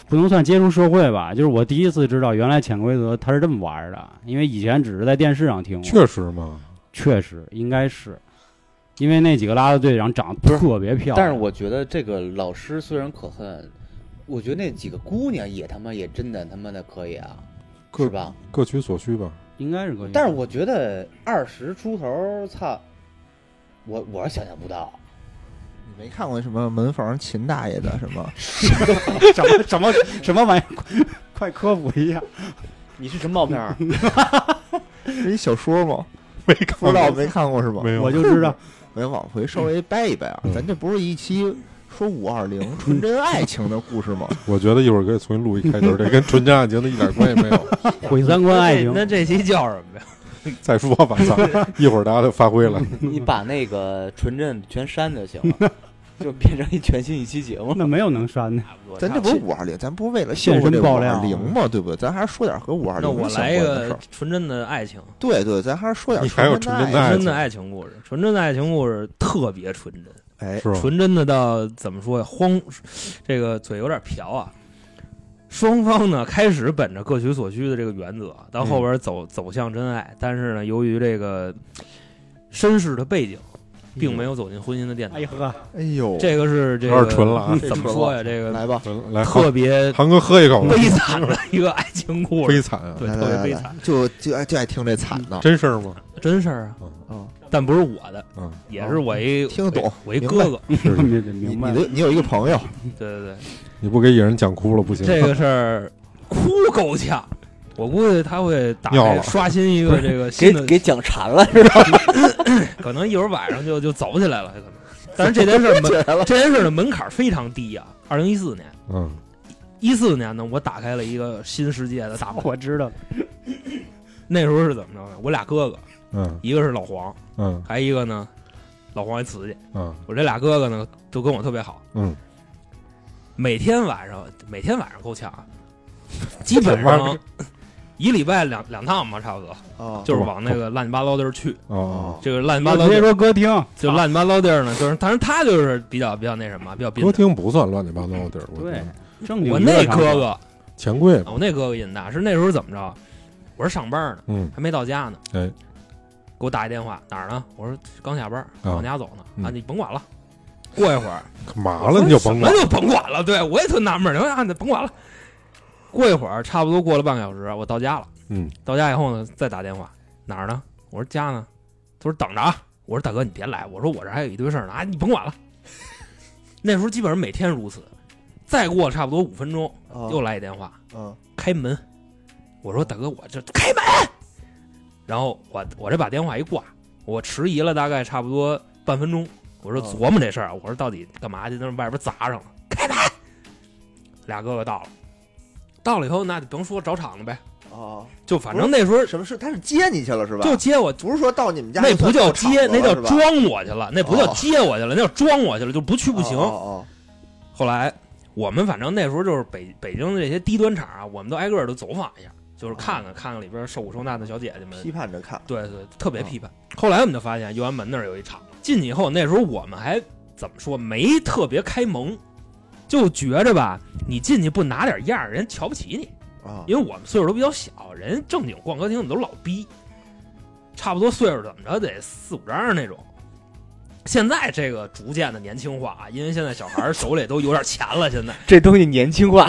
不能算接触社会吧，就是我第一次知道原来潜规则它是这么玩儿的，因为以前只是在电视上听过，
确实嘛，
确实应该是，因为那几个拉拉队长长得特别漂亮，
但是我觉得这个老师虽然可恨，我觉得那几个姑娘也他妈也真的他妈的可以啊，
各
是吧？
嗯
各取所需吧。
应该是可以，
但 是我觉得二十出头，操，我我是想象不到，
你没看过什么门房秦大爷的什么？
什么什么什么玩意儿，快快科普一下，
你是什么毛片儿？
是一小说吗？
没看
不知道没看过是吗？
没有，
我就知道
没往回稍微掰一掰啊
嗯，
咱这不是一期说五二 零纯真爱情的故事吗？
我觉得一会儿可以重新录一开头，这跟纯真爱情的一点关系没 有。
毁三观爱情
那，这期叫什么呀？
再说吧，操， 一会儿大家就发挥了。
你把那个纯正全删就行 了，就变成一全新一期节目。
那没有能删的，
咱这不是五二零，咱不是为了
现
庆祝这
身
五
爆
二
料
零吗？对不对？咱还是说点和五二
那
零
我
相
来一
关的事
个
儿。
纯真的爱情，
对对，咱还是说点
你还有
纯
纯真
的
的爱
爱
情
真的爱情故事，纯真的爱情故事特别纯真。
哎，
是吧？
纯真的到怎么说呀？慌，这个嘴有点瓢啊。双方呢开始本着各取所需的这个原则，到后边走、走向真爱，但是呢，由于这个绅士的背景，并没有走进婚姻的殿堂。
哎呵，
哎呦，
这个是这个
有点纯了啊
怎么说呀？这个
来吧，
纯来，
特
韩
别
韩哥喝一口吧，
悲惨的一个爱情故
悲
事，
惨啊！
对，
来
特
嗯来
别
来
悲
来
惨。，
就就爱就爱听这惨的。
真事儿吗？
真事儿啊，
嗯，
但不是我的，
嗯，
也是我一
听得懂
我一
明
哥哥。
是的，
你
明白
你的你有一个朋友，
对对
你不给野人讲哭了不行。
对，这个事儿哭够呛，我估计他会打
尿
开
了
刷新一个这个
给
新的，
给讲馋了是吧？
可能一会儿晚上就就走起来了，可能。但是这件事儿 门这件事儿的门槛儿非常低啊，二零一四年。
嗯，
一四年呢，我打开了一个新世界的大门。
我 知道，
那时候是怎么着呢？我俩哥哥，
嗯
一个是老黄，
嗯
还一个呢，老黄一瓷去。
嗯
我这俩哥哥呢，都跟我特别好，
嗯，
每天晚上每天晚上够呛啊，基 本
这玩意
上一礼拜两两趟吧，差不多，
啊，
就是往那个乱七八糟地儿去。
哦，
这个乱七八
我
糟
直
地
接
儿
说歌厅，
就乱七八糟地儿呢，就是，但是他就是比较比较那什么，比较
歌
别。
厅不算乱七八糟的地儿，我觉
对
得，
正经
我
娱乐
那
场
哥
所，
哥，
钱柜吧，
啊我那哥哥瘾大，是那时候怎么着？我是上班呢，
嗯
还没到家呢，
哎，
给我打一电话，哪儿呢？我说刚下班，
啊
往家走呢。啊，
嗯
你甭管了，过一会儿
干嘛了你就甭管
那就甭管了。对我也特纳闷儿，我说啊，你甭管了。过一会儿，差不多过了半个小时，我到家了。
嗯，
到家以后呢，再打电话，哪儿呢？我说家呢。他说等着啊。我说大哥，你别来。我说我这还有一堆事儿呢，啊，你甭管了。 那时候基本上每天如此。再过差不多五分钟，
啊
又来一电话，
嗯
开门。我说大哥，我这开门。然后我我这把电话一挂，我迟疑了大概差不多半分钟。我说
哦
琢磨这事儿啊，我说到底干嘛去？那外边砸上了，开门。俩哥哥到了，到了以后那就甭说找场子呗，
啊，
就反正那时候
什么事？他是接你去了是吧？
就接我，
不是说到你们家
那
就
不
算
叫
到场子
接，那
了
叫
是吧
装我去了，那不叫
哦
接我去了，那叫装我去了，就不去不行。
哦
后来我们反正那时候就是北北京的这些低端厂啊，我们都挨个儿都走访一下，就是看看看看里边受苦受难的小姐姐
哦
们
哦，批判着看
对对，特别批判。后来我们就发现右安门那儿有一厂，进去以后，那时候我们还怎么说，没特别开蒙，就觉着吧，你进去不拿点样儿，人瞧不起你，
啊
因为我们岁数都比较小，人正经逛歌厅我们都老逼，差不多岁数怎么着得四五张那种。现在这个逐渐的年轻化啊，因为现在小孩儿手里都有点钱了，现在。
这东西年轻化，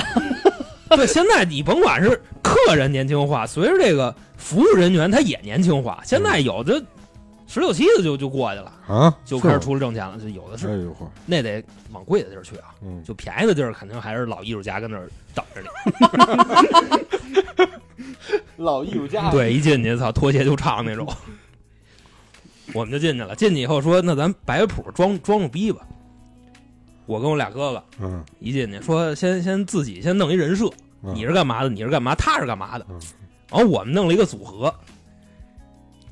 对，现在你甭管是客人年轻化，随着这个服务人员他也年轻化，现在有的十六七的就就过去了，
啊，
就开始
是
出来挣钱了，就有的
吗。哎
是，
呦嚯，
那得往贵的地儿去啊，
嗯，
就便宜的地儿肯定还是老艺术家跟那儿等着你。
老艺术家
对，一进去操，拖鞋就唱那种。我们就进去了，进去以后说，那咱摆个谱，装装个逼吧。我跟我俩哥哥
嗯
一进去说，先先自己先弄一人设，
嗯，
你是干嘛的？你是干嘛？他是干嘛的
嗯？
然后我们弄了一个组合，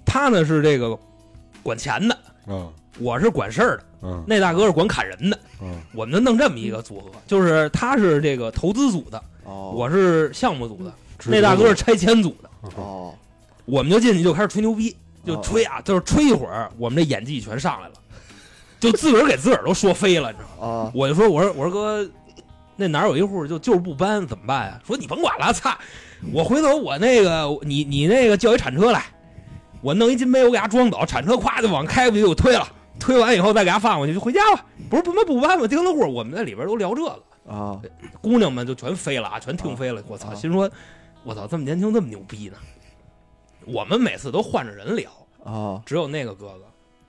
他呢是这个管钱的，
啊
我是管事儿的，
嗯
那大哥是管砍人的，
嗯
我们就弄这么一个组合，就是他是这个投资组的，
哦，
我是项目组的，
直接
那大哥是拆迁组的，
哦
我们就进去就开始吹牛逼，就
哦
吹啊，就是吹一会儿，我们这演技全上来了，就自个儿给自个儿都说飞了，你知道吗？
啊
我就说，我说我说哥，那哪儿有一户就就是不搬怎么办呀、说你甭管了，操！我回头我那个你你那个叫一铲车来，我弄一金杯我给他装倒，铲车咵就往开过去给我推了，推完以后再给他放回去就回家吧。不是不妈不搬吧，钉子户我们在里边都聊这个，
啊
姑娘们就全飞了啊，全听飞了。我操，
啊
心说，我操，这么年轻这么牛逼呢？我们每次都换着人聊，
啊
只有那个哥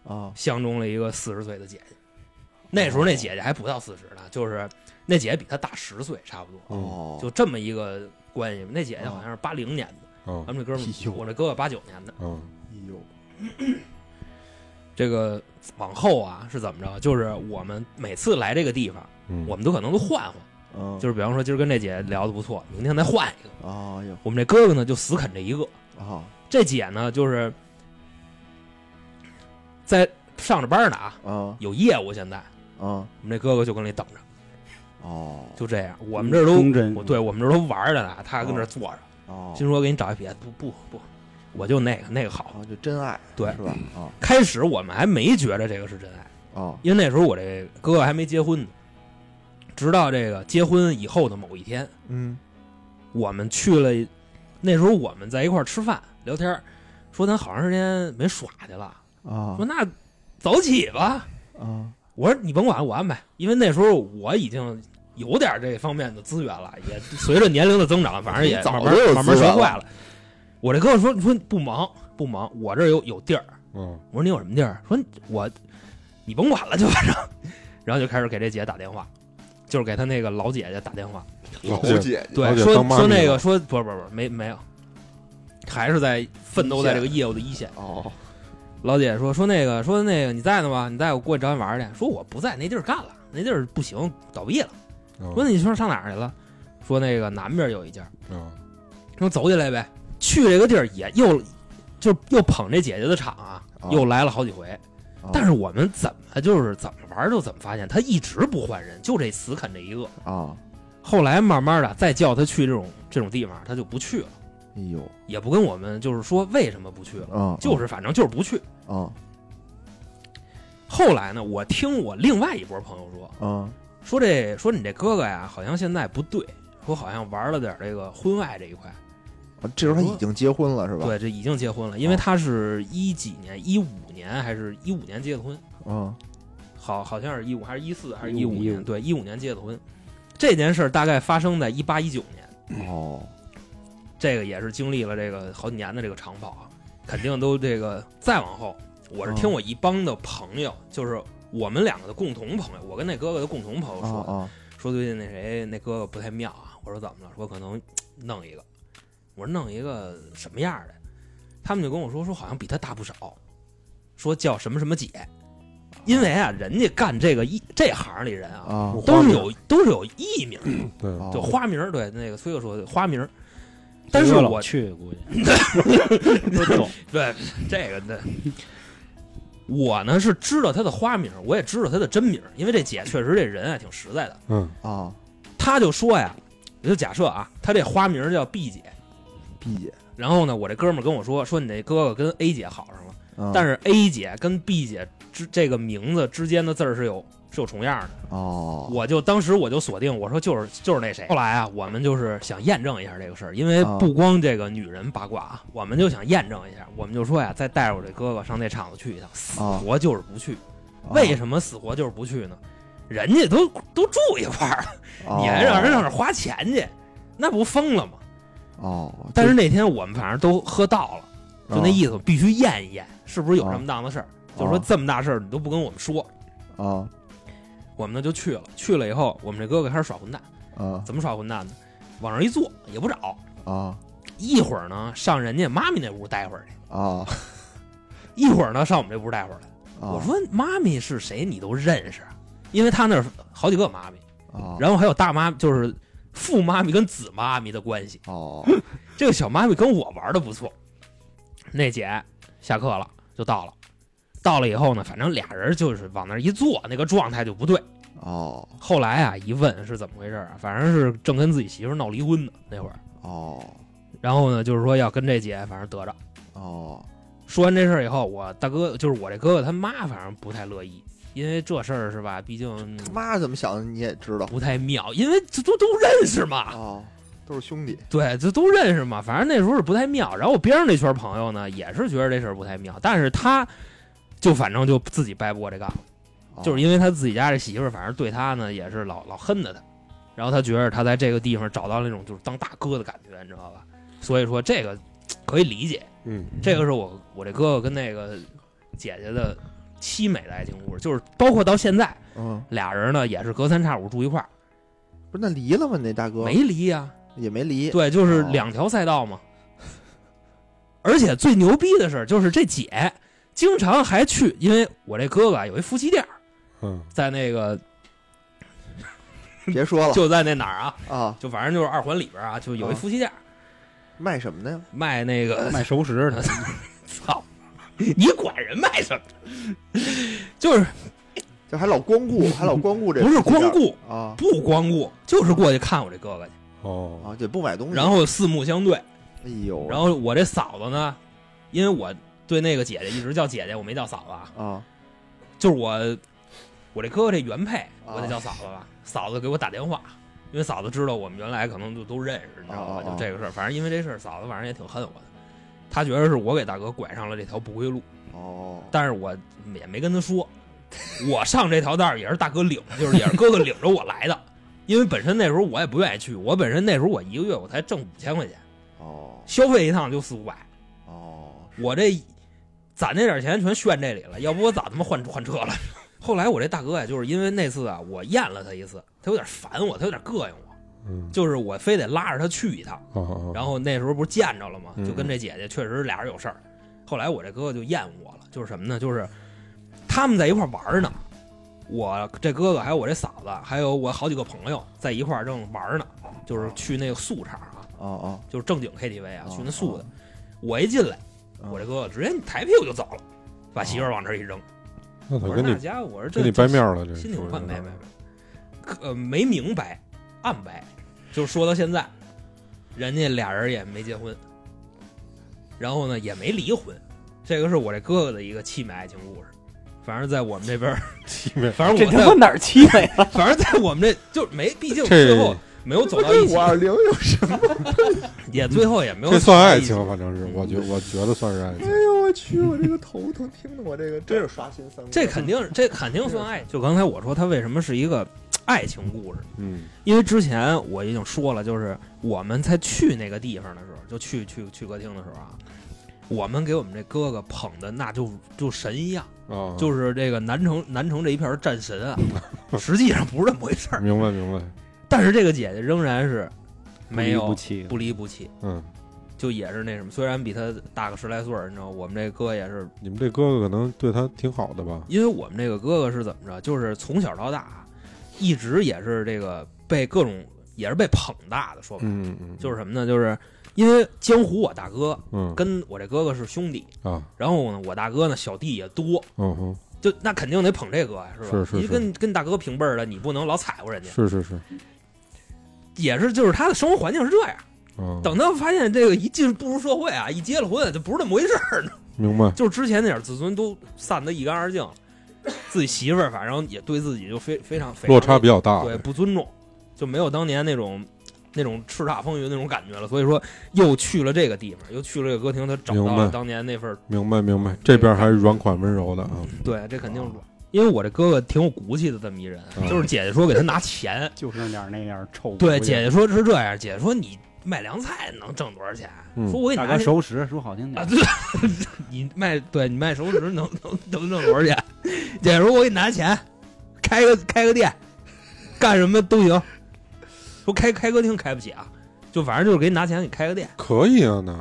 哥
啊
相中了一个四十岁的姐姐。那时候那姐姐还不到四十呢，就是那姐姐比他大十岁，差不多，
嗯
哦，
就这么一个关系。那姐姐好像是八零年的，
嗯
咱们这哥们
哎呦
儿，我这哥哥八九年的。
嗯
哎
这个往后啊是怎么着？就是我们每次来这个地方，
嗯，
我们都可能都换换，
嗯
就是比方说今儿跟这姐聊的不错，明天再换一个。
啊哎呦
我们这哥哥呢就死啃这一个，
啊
这姐呢就是在上着班呢啊，
啊
有业务现在。
啊
我们这哥哥就跟那等着，
哦
就这样。我们这儿都
忠贞
我对我们这儿都玩着呢，他跟这儿坐着。
哦，
心说给你找一别的，不不不，我就那个那个好。
啊就真爱
对
是吧？啊
开始我们还没觉着这个是真爱，
啊
因为那时候我这哥哥还没结婚呢。直到这个结婚以后的某一天，
嗯
我们去了，那时候我们在一块儿吃饭聊天儿，说咱好长时间没耍去了，
啊
说那走起吧。
啊
我说你甭管，我安排，因为那时候我已经有点这方面的资源了，也随着年龄的增长，反正也
你早
慢慢
就有
慢慢
资源了
学坏了。我这哥哥说：“你说你不忙，不忙，我这儿有有地儿。
嗯
我说你有什么地儿？说我你甭管了，就反正，然后就开始给这姐打电话，就是给她那个老姐姐打电话。
老
姐
姐
姐，
老
对，
姐
说
当妈
说
咪
那
了
个说不不不没没有，还是在奋斗在这个业务的一线。
哦，
老姐说说那个说那个你在呢吗？你在我过去找你玩儿去。说我不在，那地儿干了，那地儿不行，倒闭了。
嗯
说那你说上哪儿去了？说那个南边有一家。
嗯
说走起来呗，去这个地儿也又就又捧这姐姐的场啊，
啊
又来了好几回。
哦
啊
但是我们怎么就是怎么玩儿就怎么发现，他一直不换人，就这死啃这一个。
啊，
哦
后来慢慢的再叫他去这种这种地方，他就不去了，
哎呦，
也不跟我们就是说为什么不去了，
嗯
啊，
就是反正就是不去。
啊
后来呢，我听我另外一波朋友说，
啊
嗯
说这说你这哥哥呀，好像现在不对，说好像玩了点这个婚外这一块。
啊，这时候他已经结婚了是吧？
对，这已经结婚了，因为他是一几年，一五年还是一五年结的婚，
嗯
啊，
好好像是一五还是一四还是一
15
五年，对，一五年结的婚。这件事儿大概发生在一八一九年，
哦，
这个也是经历了这个好几年的这个长跑啊，肯定都这个再往后，我是听我一帮的朋友，就是我们两个的共同朋友，我跟那哥哥的共同朋
哦
友
啊
说，
啊，
说最近那谁那哥哥不太妙啊。我说怎么了？说可能弄一个。我说弄一个什么样的？他们就跟我说说好像比他大不少，说叫什么什么姐。因为啊，人家干这个一这行里人啊
啊，
哦
都是有都是有艺名，
对，
就
哦
花名儿。对，那个崔哥说的花名儿。但是
一个
我
老去估计都懂，
对这个的，我呢是知道他的花名儿，我也知道他的真名儿，因为这姐确实这人啊挺实在的。
嗯
啊，
哦
他就说呀，我就假设啊，他这花名叫 B 姐，
毕姐，
然后呢，我这哥们儿跟我说，说你这哥哥跟 A 姐好上了，
嗯
啊
但是 A 姐跟 B 姐之这个名字之间的字儿是有是有重样的，
哦，
我就当时我就锁定，我说就是就是那谁。后来啊，我们就是想验证一下这个事儿，因为
啊
不光这个女人八卦啊，我们就想验证一下，我们就说呀，再带着我这哥哥上那场子去一趟，死
啊
活就是不去。
啊
为什么死活就是不去呢？人家都都住一块儿了。
哦
你还让人上那儿花钱去，那不疯了吗？
哦，
但是那天我们反正都喝到了，就
哦
那意思，必须验一验，是不是有这么档子事儿？
哦
就说这么大事儿你都不跟我们说，
啊
我们呢就去了。去了以后，我们这哥哥开始耍混蛋，
啊
怎么耍混蛋呢？往上一坐也不找，
啊
一会儿呢上人家妈咪那屋待会儿去，
啊
一会儿呢上我们这屋待会儿来。
哦
我
啊
说妈咪是谁你都认识，啊因为他那儿好几个妈咪，
哦
啊，
然后还有大妈，就是父妈咪跟子妈咪的关系。
哦
这个小妈咪跟我玩的不错。那姐下课了就到了，到了以后呢，反正俩人就是往那儿一坐，那个状态就不对。
哦
后来啊，一问是怎么回事啊，反正是正跟自己媳妇闹离婚呢那会儿。
哦
然后呢，就是说要跟这姐反正得着。
哦
说完这事儿以后，我大哥就是我这哥哥他妈，反正不太乐意，因为这事儿是吧，毕竟
嗯
他妈怎么想的你也知道
不太妙，因为这都都认识嘛，
哦，都是兄弟
对，这都认识嘛，反正那时候是不太妙。然后我边上那圈朋友呢，也是觉得这事儿不太妙，但是他就反正就自己掰不过这杠，
哦
就是因为他自己家这媳妇儿，反正对他呢也是老老恨着他，然后他觉得他在这个地方找到那种就是当大哥的感觉，你知道吧？所以说这个可以理解，
嗯，
这个是我我这哥哥跟那个姐姐的凄美的爱情故事，就是包括到现在
嗯，
俩人呢也是隔三差五住一块儿，
不是那离了吗？那大
哦
哥
没离呀、
也没离
对，就是
哦
两条赛道嘛。而且最牛逼的是，就是这姐经常还去，因为我这哥哥啊有一夫妻店儿，
嗯
在那个
别说了
就在那哪儿啊，
啊，
就反正就是二环里边儿啊，就有一
哦
夫妻店儿
卖什么的呀？
卖那个
卖熟食的，
操，你管人卖什么？就是
这还老光顾，还老光顾这
不是光顾，
啊
不光顾，就是过去看我这哥哥去，
哦
啊，就不买东
嗯
西。
然后四目相对，
哎呦，
然后我这嫂子呢，因为我对那个姐姐一直叫姐姐，我没叫嫂子啊，
啊
就是我，我这哥哥这原配，
啊
我得叫嫂子吧。嫂子给我打电话，因为嫂子知道我们原来可能就都认识，你知道吧？
哦哦哦
就这个事儿，反正因为这事儿，嫂子反正也挺恨我的。她觉得是我给大哥拐上了这条不归路，
哦
但是我也没跟她说，我上这条道儿也是大哥领，就是也是哥哥领着我来的。因为本身那时候我也不愿意去，我本身那时候我一个月我才挣五千块钱，
哦
消费一趟就四五百，
哦，是
我这攒这点钱全炫这里了，要不我早他妈换换车了。后来我这大哥呀，就是因为那次啊，我验了他一次，他有点烦我，他有点膈应我，
嗯，
就是我非得拉着他去一趟。
啊啊，
然后那时候不是见着了吗？
嗯
就跟这姐姐确实俩人有事儿。后来我这哥哥就厌恶我了，就是什么呢？就是他们在一块儿玩儿呢，我这哥哥还有我这嫂子，还有我好几个朋友在一块儿正玩儿呢，就是去那个素场啊，
哦
啊啊，
就是正经 KTV 啊，
哦
去那素的。我一进来，
嗯
我这哥哥直接抬屁股就走了，把媳妇儿往这儿一扔。
那他
我说
跟
那
你
家伙，我说这
跟你掰面了，这
心里
属于
换
是
没没没， 呃，没明白，暗白，就说到现在，人家俩人也没结婚，然后呢也没离婚，这个是我这哥哥的一个凄美爱情故事。反正在我们这边儿，
气味
反正
这
我
他妈
在，
哪儿气美了？
反正在我们这就是没，毕竟
这
最后没有走到一起
五，二零有什么？
也最后也没有
这
走到
算爱
一起
情，反正是我
嗯
觉我觉得算是爱情。
哎呦我去，我这个头疼，听得我这个真是刷新三观。
这肯定是这肯定算爱情。就刚才我说，它为什么是一个爱情故事？
嗯
因为之前我已经说了，就是我们在去那个地方的时候，就去去去歌厅的时候啊，我们给我们这哥哥捧的那就就神一样，
啊，
就是这个南城南城这一片儿战神啊，实际上不是这么回事儿。
明白明白，
但是这个姐姐仍然是没有
不气
不离不弃，
嗯，
就也是那什么，虽然比她大个十来岁儿，你知道，我们这哥也是，
你们这哥哥可能对他挺好的吧？
因为我们这个哥哥是怎么着，就是从小到大啊一直也是这个被各种也是被捧大的，说白了。
嗯嗯嗯，
就是什么呢？就是因为江湖我大哥
嗯
跟我这哥哥是兄弟，
啊
然后呢，我大哥呢小弟也多，
嗯哼，
就那肯定得捧这哥呀，是吧？
是是
你
是
跟跟大哥平辈儿的，你不能老踩过人家。
是是是，
也是，就是他的生活环境是这样。
嗯，
等他发现这个一进步入社会啊，一结了婚就不是那么回事儿，
明白，
就是之前那点自尊都散得一干二净了。自己媳妇儿反正也对自己就非非常非常
落差比较大，
对，不尊重，就没有当年那种那种叱咤风云那种感觉了。所以说，又去了这个地方，又去了这个歌厅，他找到
明白
了当年那 份儿
明白明白，这边还是软款温柔的啊，
对，这肯定是。因为我这哥哥挺有骨气的，这么一人，
嗯
就是姐姐说给他拿 钱，
就剩点那点臭。
对，姐姐说是这样，姐姐说你卖凉菜能挣多少钱？
嗯
说我给你
大
拿
哥
钱
熟食，说好听
啊，
点，
对，你卖对你卖熟食能能能挣多少钱？姐说我给你拿钱，开个开个店，干什么都行。说开开歌厅开不起啊，就反正就是给你拿钱，给你开个店。
可以啊，那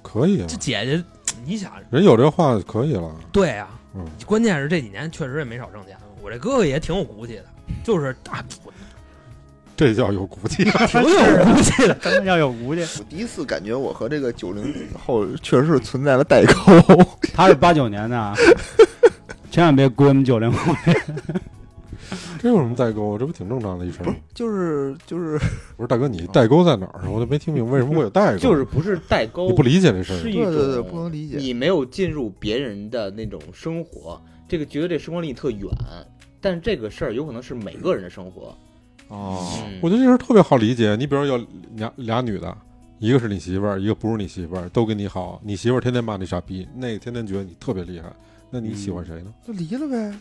可以啊
这，姐姐，你想
人有这话可以了，
对啊，
嗯
关键是这几年确实也没少挣钱。我这哥哥也挺有骨气的，就是啊，
这叫有骨气。
挺有骨气的。
真的要有骨气。
我第一次感觉我和这个九零后确实是存在了代沟。
他是八九年的 啊，千万别归我们九零后。
这有什么代沟？这不挺正常的一事儿吗？
就是就是
我说大哥，你代沟在哪儿？我就没听明白为什么会有代沟。
就是不是代沟，
你不理解这事
是
儿，
一
对
种
对对，不能理解。
你没有进入别人的那种生活，这个觉得这生活离你特远，但是这个事儿有可能是每个人的生活。嗯
哦，
我觉得这事儿特别好理解。你比如有俩俩女的，一个是你媳妇儿，一个不是你媳妇儿，都跟你好，你媳妇儿天天骂你傻逼，那个天天觉得你特别厉害，那你
嗯
喜欢谁呢？
就离了呗。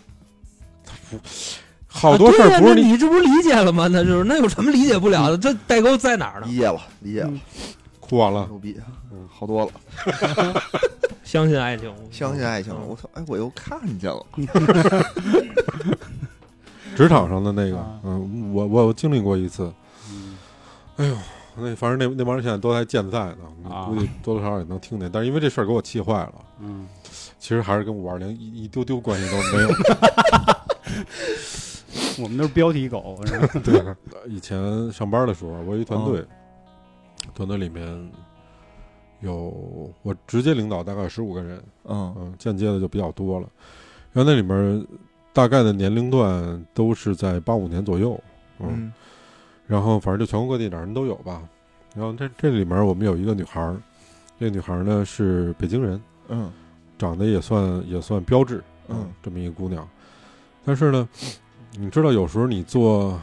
好多事儿不是
你，
你。
啊你这不是理解了吗？那就是那有什么理解不了的？这代沟在哪儿呢
理？解了，理解了，
哭完了，
牛逼
嗯，
好多了，
相信爱情，嗯
相信爱情了。我 操，哎，我又看见了，
职场上的那个
啊，
嗯，我我我经历过一次，
嗯
那反正那那帮人现在都还健在呢，
啊
估计多多少少也能听见。但是因为这事儿给我气坏了，
嗯，
其实还是跟五二零一一丢丢关系都 没有。
我们都是标题狗，是吧？
对，以前上班的时候，我有一团
哦
队，团队里面有我直接领导大概十五个人，
嗯
嗯，间接的就比较多了。然后那里面大概的年龄段都是在八五年左右，嗯，
嗯
然后反正就全国各地哪儿人都有吧。然后这这里面我们有一个女孩儿，这个女孩儿呢是北京人，
嗯
长得也算也算标致，啊
嗯，
这么一个姑娘。但是呢，你知道，有时候你做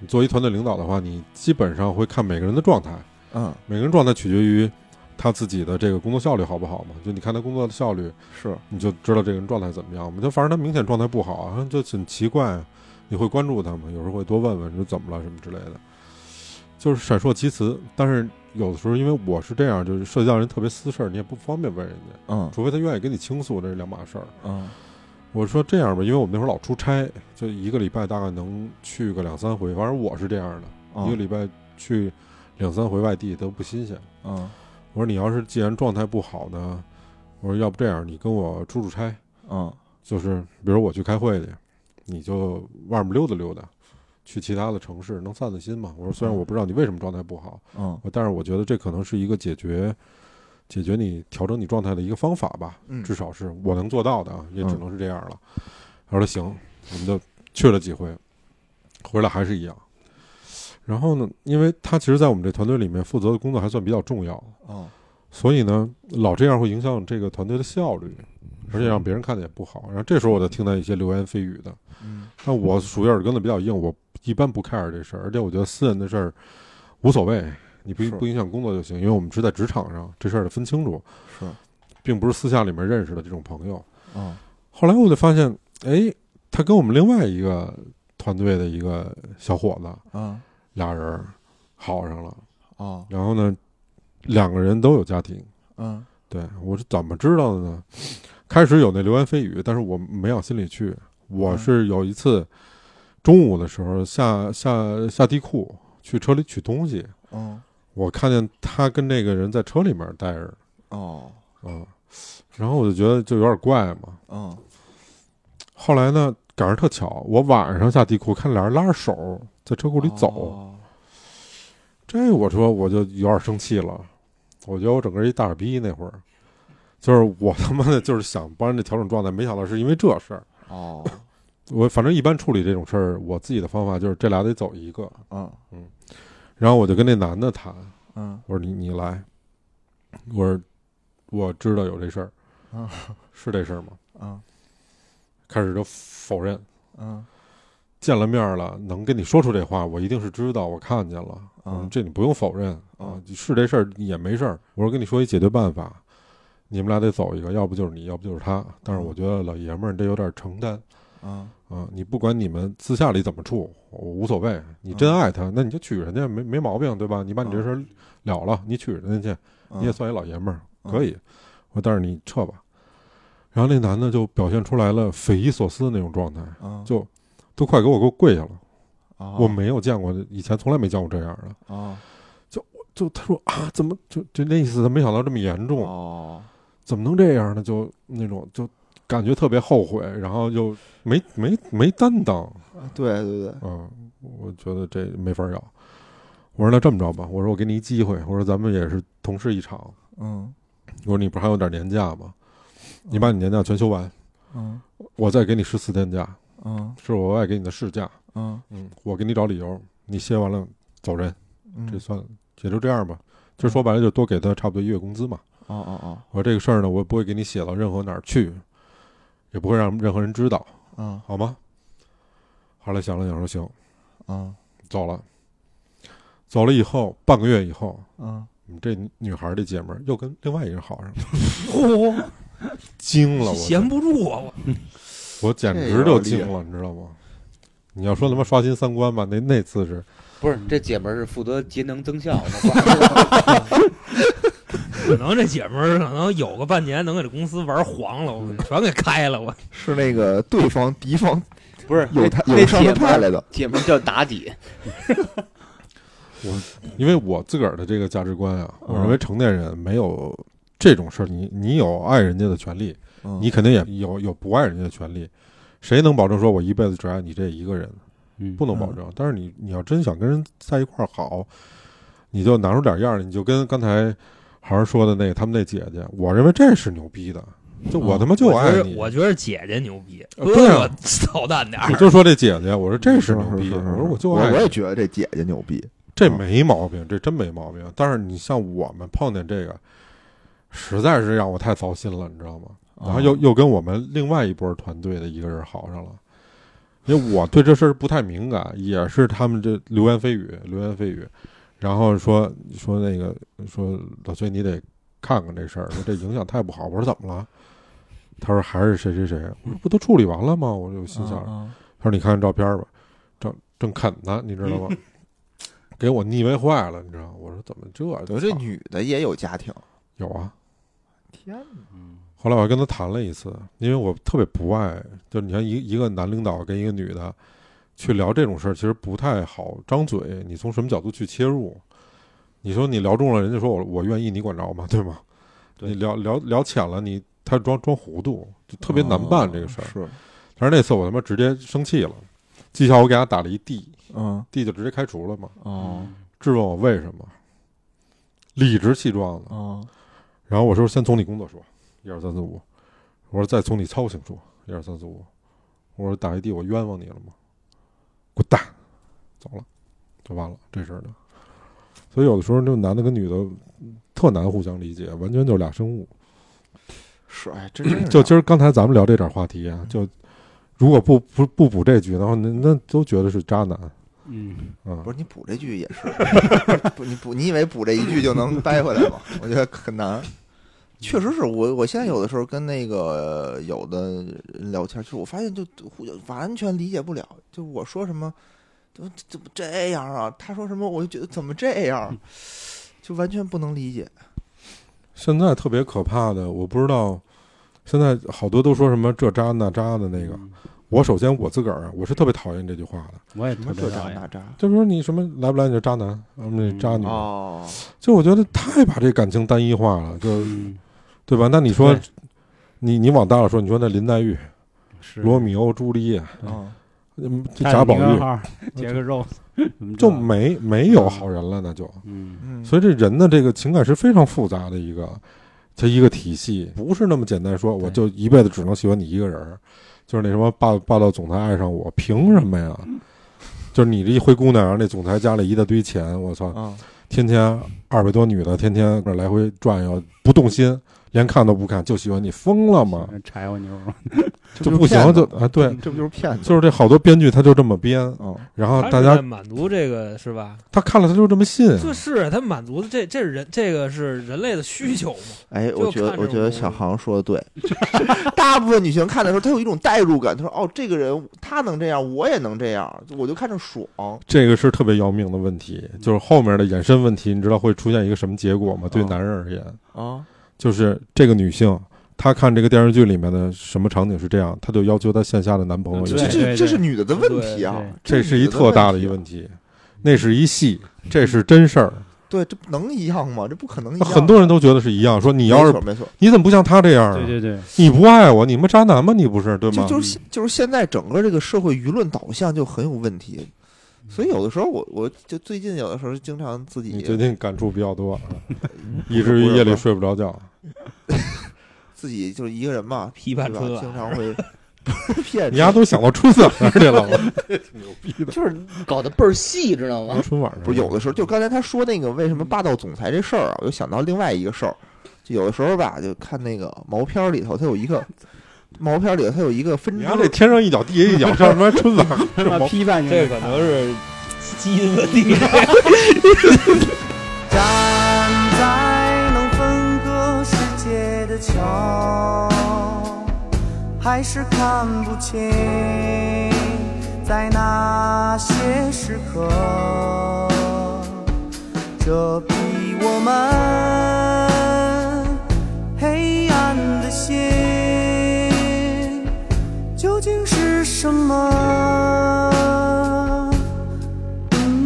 你做一团队领导的话，你基本上会看每个人的状态，
嗯，
每个人状态取决于他自己的这个工作效率好不好嘛？就你看他工作的效率，
嗯是
你就知道这个人状态怎么样嘛。就反正他明显状态不好啊，就很奇怪，你会关注他吗？有时候会多问问，你说怎么了什么之类的，就是闪烁其词。但是有的时候，因为我是这样，就是涉及到人特别私事儿，你也不方便问人家，
嗯
除非他愿意跟你倾诉，这是两码事儿。
嗯
我说这样吧，因为我们那会儿老出差，就一个礼拜大概能去个两三回，反正我是这样的，一个
嗯
礼拜去两三回外地都不新鲜。
嗯
我说你要是既然状态不好呢，我说要不这样，你跟我出出差，
嗯
就是比如我去开会去，你就外面溜达溜达，去其他的城市能散散心嘛。我说虽然我不知道你为什么状态不好，
嗯
我但是我觉得这可能是一个解决解决你调整你状态的一个方法吧，
嗯
至少是我能做到的啊，也只
嗯
能是这样了。他说行，我们就去了几回，回来还是一样。然后呢，因为他其实，在我们这团队里面负责的工作还算比较重要，
嗯
所以呢，老这样会影响这个团队的效率，而且让别人看的也不好。然后这时候我就听到一些流言蜚语的，
嗯
但我属于耳根子比较硬，我一般不 care 这事儿，而且我觉得私人的事儿无所谓，你不
是
不影响工作就行，因为我们是在职场上，这事儿得分清楚，
是
并不是私下里面认识的这种朋友。
嗯
后来我就发现，哎，他跟我们另外一个团队的一个小伙子，
嗯
俩人儿好上了，
哦
然后呢，两个人都有家庭，
嗯
对我是怎么知道的呢？开始有那流言蜚语，但是我没往心里去。我是有一次中午的时候下下下地库去车里取东西，
嗯
我看见他跟那个人在车里面待着
哦
啊、然后我就觉得就有点怪嘛。
嗯
后来呢，赶上特巧，我晚上下地库看俩人拉着手在车库里走，
哦
这我说我就有点生气了，我觉得我整个一大傻逼那会儿，就是我他妈的就是想帮人家调整状态，没想到是因为这事儿。
哦
我反正一般处理这种事儿，我自己的方法就是这俩得走一个，
嗯
然后我就跟那男的谈，
嗯
我说你你来，我说我知道有这事儿，
嗯
是这事儿吗？
嗯
开始就否认，
嗯
见了面儿了，能跟你说出这话，我一定是知道，我看见了，
嗯
这你不用否认啊
嗯，
是这事儿也没事儿。我说跟你说一解决办法，啊你们俩得走一个，要不就是你，要不就是他。但是我觉得老爷们儿这有点承担
嗯
啊，你不管你们私下里怎么处，我无所谓。你真
嗯
爱他，那你就娶人家，没没毛病，对吧？你把你这事儿了了，你娶人家去，
嗯
你也算一老爷们儿，
嗯
可以。我说但是你撤吧。然后那男的就表现出来了匪夷所思那种状态，
嗯
就都快给我给我跪下了。
哦
我没有见过，以前从来没见过这样的。
哦
就他说啊，怎么就就那意思？他没想到这么严重，
哦
怎么能这样呢？就那种就感觉特别后悔，然后又没没没担当。
对对对
嗯，我觉得这没法要。我说那这么着吧，我说我给你一机会，我说咱们也是同事一场，
嗯
我说你不是还有点年假吗？你把你年假全休完，
嗯
我再给你十四天假，
嗯
是我额外给你的事假。
嗯
嗯，我给你找理由，你歇完了走人。
嗯
这算也就这样吧。就说白了，就多给他差不多一月工资嘛。
哦哦哦
我说这个事儿呢，我也不会给你写到任何哪儿去，也不会让任何人知道，
嗯
好吗？后来想了想，说行，
嗯
走了。走了以后，半个月以后，
嗯
我们这女孩儿这姐们儿又跟另外一人好上了，
嚯，
惊了我，
闲不住啊！我
我简直就惊了，你知道吗？你要说他妈刷新三观吧，那那次是
不是，这姐们儿是负责节能增效的，
可能这姐们儿可能有个半年能给这公司玩黄了，我全给开了，我
是那个对方敌方
不是
有
那
他
那
有上
姐
头
们
派
儿
来的，
姐们儿叫打底，
因为我自个儿的这个价值观啊，
嗯
我认为成年人没有这种事儿，你你有爱人家的权利，
嗯
你肯定也有有不爱人家的权利。谁能保证说我一辈子只爱你这一个人？
嗯
不能保证。但是你你要真想跟人在一块儿好，你就拿出点样儿来，你就跟刚才孩儿说的那个他们那姐姐，我认为这是牛逼的。就我他妈 就
我觉
爱
得
你，
嗯
我觉得姐姐牛逼，
呃
哥
对
哥
啊
操 蛋点儿
我。就说这姐姐，我说这是牛逼，
是是是是
我说我就
我
爱
我也
你，
觉得这姐姐牛逼，
这没毛病，这真没毛病。但是你像我们碰见这个，实在是让我太糟心了，你知道吗？然后
啊
又又跟我们另外一波团队的一个人好上了，因为我对这事儿不太敏感，也是他们这流言蜚语，流言蜚语，然后说说那个说老崔你得看看这事儿，说这影响太不好。我说怎么了？他说还是谁谁谁。我说不都处理完了吗？我就心想，
嗯
他说你看看照片吧，正正啃呢，你知道吗？给我腻歪坏了，你知道吗？我说怎么这样？
等于这女的也有家庭，
有啊。
天哪！
后来我还跟他谈了一次，因为我特别不爱，就是你看一一个男领导跟一个女的去聊这种事儿，其实不太好张嘴。你从什么角度去切入？你说你聊中了，人家说我我愿意，你管着吗？对吗？
对
你聊聊聊浅了，你他装装糊涂，就特别难
哦
办这个事儿。
是，
但是那次我他妈直接生气了，绩效我给他打了一 D，
嗯，
D 就直接开除了嘛，
哦，
质问我为什么，理直气壮的。
哦，
然后我说先从你工作说，一二三四五，我说再从你操行说，一二三四五，我说打一地我冤枉你了吗？滚蛋，走了，就完了这事儿就。所以有的时候就男的跟女的嗯特难互相理解，完全就是俩生物。
是，哎，真是
就
这
今儿刚才咱们聊这点话题啊，就如果不不不补这局的话，那那都觉得是渣男。
嗯，
嗯
样，不是你补这句也是， 不你补你以为补这一句就能掰回来吗？我觉得很难。确实是我，我现在有的时候跟那个有的人聊天，就是我发现就互完全理解不了，就我说什么，就怎么这样啊？他说什么，我就觉得怎么这样，就完全不能理解。
现在特别可怕的，我不知道，现在好多都说什么这渣那渣的那个。我首先我自个儿啊我是特别讨厌这句话的，
嗯我也
什
特
么
别
这渣
讨厌
那。渣
就说你什么来不来你就渣男，啊你
嗯
渣女，
哦，
就我觉得太把这感情单一化了，就
嗯，
对吧？那你说
对，
你你往大了说，你说那林黛玉、
是
罗密欧、朱丽叶、
嗯，
嗯这
泰
贾
坦
宝
尼克
玉，
号、杰克肉，怎么
就
着
没没有好人了，那就。
嗯
嗯
所以这人的这个情感是非常复杂的一个，它一个体系，不是那么简单说我就一辈子只能喜欢你一个人儿，就是那什么霸霸道总裁爱上我，凭什么呀？
嗯
就是你这一灰姑娘，然后那总裁家里一大堆钱，我操，
嗯，
天天二百多女的，天天搁那来回转悠，不动心，连看都不看，就喜欢你，疯了吗？
嗯柴火妞，
就不行就啊，对，
这不就是嗯骗子？
就是这好多编剧他就这么编，
嗯，
然后大
他是
家
在满足这个是吧？
他看了他就这么信啊，
就是他满足的这这是人这个是人类的 需求嘛？
哎，
就
我觉得
看着
我觉得
我
小航说的对， 大部分女性看的时候，她有一种代入感，她说哦，这个人他能这样，我也能这样，我就看着爽。
这个是特别要命的问题，
嗯
就是后面的衍生问题，你知道会出现一个什么结果吗？对
啊
男人而言，
啊，
就是这个女性她看这个电视剧里面的什么场景是这样，她就要求她线下的男朋友
嗯
也
对
这
是，
这这是女的的问
对
题
对
啊，
这
是
是一
女的
特大的
问
一
题
个问题。那是一戏，这是真事儿。
对，这能一样吗？这不可能一样。
很多人都觉得是一样，说你
你
要是
嗯没错，没错
你怎么不像他这样啊？
对对对，
你不爱我，你们渣男吗？你不是对
就
吗？
就是现就是现在整个这个社会舆论导向就很有问题，所以有的时候我我就最近有的时候经常自
你最
己
近感触比较 多，以至于夜里睡不着觉。
自己就是一个人嘛，
批
对
判
吧？
春
经常
晚，
会 骗
你丫都想到春晚上去了，
就是搞得倍儿细，知道吗？
春晚上
啊不是有的时候，就刚才他说那个为什么霸道总裁这事儿啊，我就想到另外一个事儿，就有的时候吧，就看那个毛片儿里头，它有一个毛片儿里头它有一个分
你
支
丫，这天上一脚地下一脚，上什么春晚？
他妈批判性
这可能是基因问题。
站在能分割世界的桥，还是看不清，在那些时刻，遮蔽我们黑暗的心，究竟是什么？嗯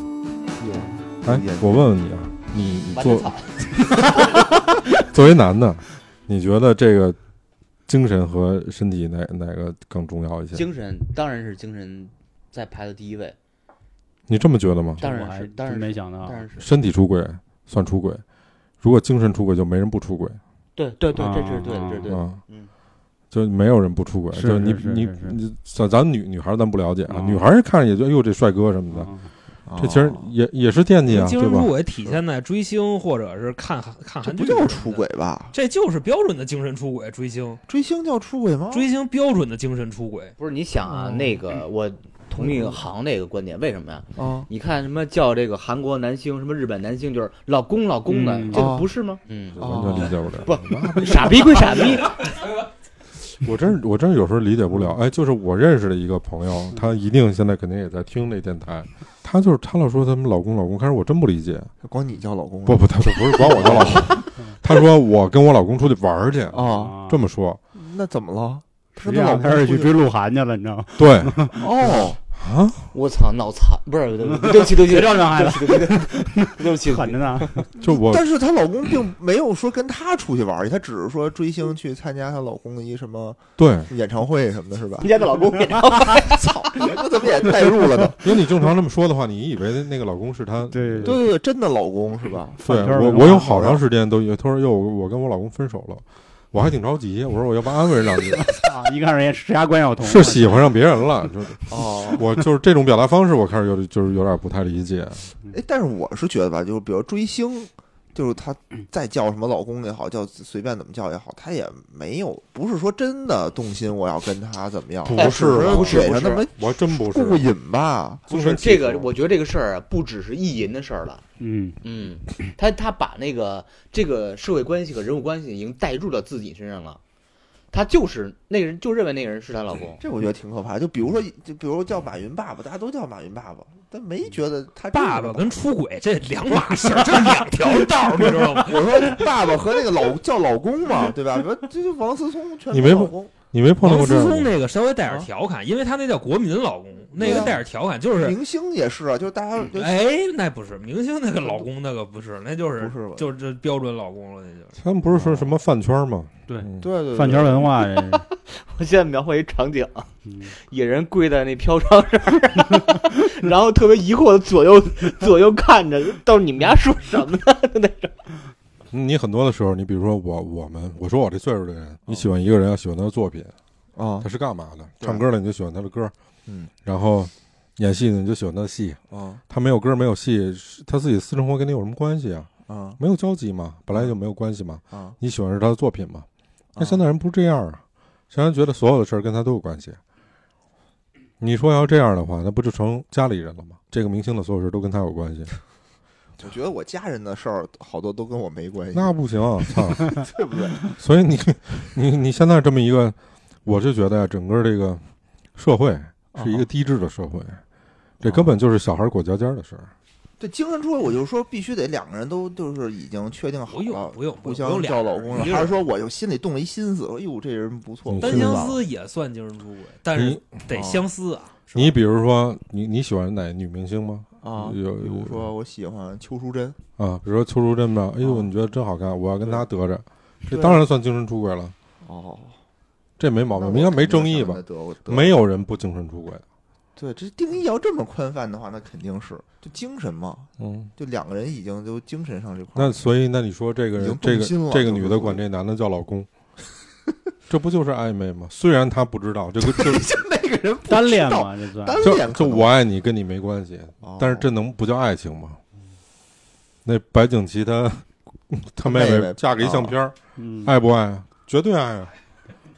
哎
逐渐，
我问问你啊，你你
完
作
全惨。
作为男的，你觉得这个精神和身体哪哪个更重要一些？
精神当然是精神在排到第一位，
你这么觉得吗？
当
我
然
还
是，当然
真没
是，
想到
当，然是，
身体出轨算出轨，如果精神出轨就没人不出轨
对对对，这
啊
这是对的，这是对的。
啊。
嗯，
就没有人不出轨，
是
就是你
是是
你
是是
你，咱咱女女孩儿咱不了解啊，
啊
女孩儿看着也就哎呦这帅哥什么的，这其实也也是惦记啊，
精
对
神
吧
出？轨体现在追星或者是看韩看
这
韩
不
剧，
叫出轨，吧？
这就是标准的精神出轨。追星，
追星叫出轨
啊
吗？
追星标准的精神出轨。
不是你想
嗯
啊，那个我同意航那个观点，为什么呀？
啊，
你看什么叫这个韩国男星，什么日本男星，就是老公老公的，
嗯
这个
哦
不是吗？嗯，
完全理解不了。
不， 傻逼归傻逼，
我真我真有时候理解不了，哎，就是我认识的一个朋友，她一定现在肯定也在听这电台，她就是她老说他们老公老公，开始我真不理解，
嗯
光你叫老公啊
不不，她不是管我叫老公， 她说我跟我老公出去玩儿去，
哦
啊？
这么说，
那怎么了？
实
跟
际
他老
上
公
开始
出
去
去
追鹿晗去了，你知道吗？
对
哦，
啊，
我操，脑残，不是，对不起，对不起，
别
对
照上海了，
不起，对不起， 对不起，
狠着呢。
就我
但是她老公并没有说跟她出去玩儿去，她只是说追星去参加她老公的一什么
对，
演唱会什么的，是吧
人？家的老公给他
操，这怎么也代入了呢？
因为你正常这么说的话，你以为那个老公是她
对
对，对对，真的老公是吧？
对
饭圈儿
我，
文
我
化
有好长时间都有，他说哟，我跟我老公分手了，我还挺着急，我说我要不安慰两 句，
啊一看人家世家关晓彤
是喜欢上别人了，就
哦，
我就是这种表达方式，我开始有就是有点不太理解，
哎，但是我是觉得吧，就是比如追星，就是她再叫什么老公也好，叫随便怎么叫也好，她也没有不是说真的动心，我要跟他怎么样，
不是
只
不是
嘴
不
上
是
那么
我真不
过过
是。
瘾吧？
不
精
是
神
这
寄
个，
托
我觉得这个事儿啊，不只是意淫的事儿了。
嗯，
嗯，他他把那个这个社会关系和人物关系已经带入到自己身上了，他就是那个人就认为那个人是她老公。
这我觉得挺可怕。就比如说，就比如叫马云爸爸，大家都叫马云爸爸，但没觉得他真
爸
是
爸
老
跟出轨这两码事儿，这是两条道儿，你知道吗？
我说爸爸和那个老叫老公嘛，对吧？比如这就王思聪全
你
都
没
老
碰
公，
你没碰到
王
过这啊
思
样
聪
的？
那个稍微带点调侃，因为他那叫国民老公，那个带点调侃就是，
明星也是啊，就是大家就
哎，那不是明星那个老公，那个不是，那就是
不是吧
就是这标准老公了，那就是。
他们不是说什么饭圈吗？
对
嗯
对对
饭圈文化也是。
我现在描绘一场景，
嗯
野人跪在那飘窗上，然后特别疑惑的左右左右看着，到底你们家说什么呢？
你很多的时候，你比如说我我们，我说我这岁数的
嗯
人，你喜欢一个人要喜欢他的作品，
啊
他是干嘛的？
对
唱歌的你就喜欢他的歌，
嗯，
然后演戏的你就喜欢他的戏。
啊
他没有歌没有戏，是他自己私生活跟你有什么关系啊？
啊
没有交集嘛，本来就没有关系嘛。
啊！
你喜欢是他的作品吗？那
啊
现在人不是这样啊，现在人觉得所有的事儿跟他都有关系。你说要这样的话，那不就成家里人了吗？这个明星的所有事儿都跟他有关系，
我觉得我家人的事儿好多都跟我没关系，
那不行、啊，操！
对不对？
所以你， 你，你现在这么一个，我就觉得呀，整个这个社会
啊
是一个低智的社会，这根本就是小孩儿裹脚尖儿的事儿。
对精神出轨，我就说必须得两个人都就是已经确定好
不用
了，
不用不
互
用不
相
用俩
叫老公了，
一个
还是
人
说我就心里动了一心思，说哟这人不错，
嗯
我
单
真
相
忘了
思也算精神出轨，但是得相思啊。是吧
你比如说，你你喜欢哪女明星吗？
啊，
有
比如说我喜欢邱淑贞，
啊，比如说邱淑贞吧，哎呦，
啊
你觉得真好看，我要跟她得着，这
对
当然算精神出轨了，
哦，
这没毛病，应该没争议吧？
得我得
没有人不精神出轨，
对，这定义要这么宽泛的话，那肯定是就精神嘛，
嗯，
就两个人已经都精神上这 块儿。
那所以那你说这个
已
人
经
这
动
个
心了
这个
就是
女的
说
管这男的叫老 公，这不就是暧昧吗？虽然她不知道这个 就
就那个人不
单恋
知道，
嘛，这算
单
就
恋
就
可能
我，爱你跟你没关系，
哦
但是这能不叫爱情吗？那白景琦 她她妹
妹
妹
妹
嫁给一相
啊
片儿，
嗯
爱不爱啊？绝对爱啊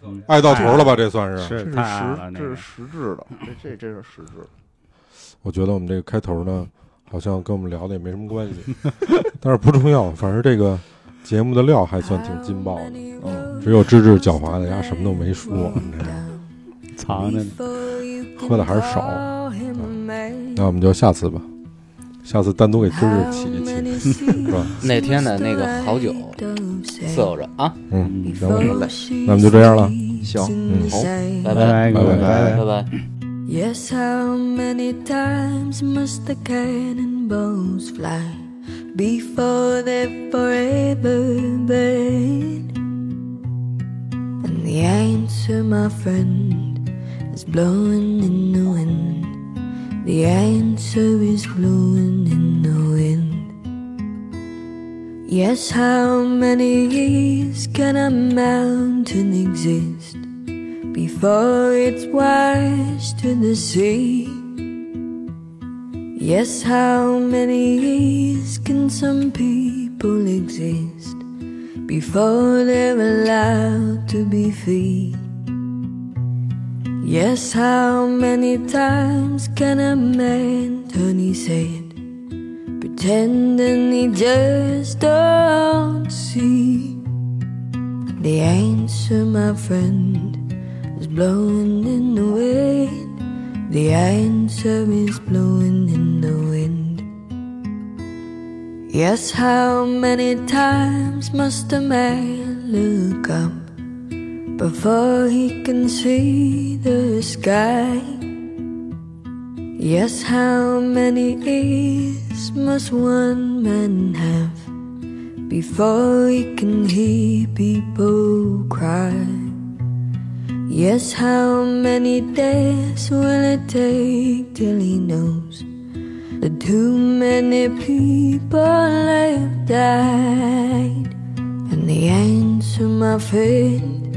嗯，
爱到头儿了吧？这算是。
这
是
是
太爱
实，
了，那
这
个
是实质的，这这真是实质的。
我觉得我们这个开头呢，好像跟我们聊的也没什么关系， 但是不重要，反正这个节目的料还算挺劲爆的。嗯，只有芝芝狡猾的呀，什么都没说。
藏着呢。
喝的还是少啊那我们就下次吧，下次单独给芝芝起一起，是吧？
哪天的 那个好酒伺候着啊，
嗯，行吧，那我们就这样了。
行，
嗯，好，
拜
拜
拜
拜
拜
拜
拜拜。
Yes, how many times must the cannonballs fly? before they forever burn. And the answer, my friend, is blowing in the wind. The answer is blowing in the wind. Yes, how many years can a mountain exist before it's washed to the sea? Yes, how many years can some people exist before they're allowed to be free? Yes, how many times can a man turn his head, pretending he just don't see? The answer, my friend, is blowing in the wind. The answer is blowing in the wind. Yes, how many times must a man look up before he can see the sky? Yes, how many ears must one man have before he can hear people cry? Yes, how many days will it take till he knows that too many people have died? And the answer, my friend,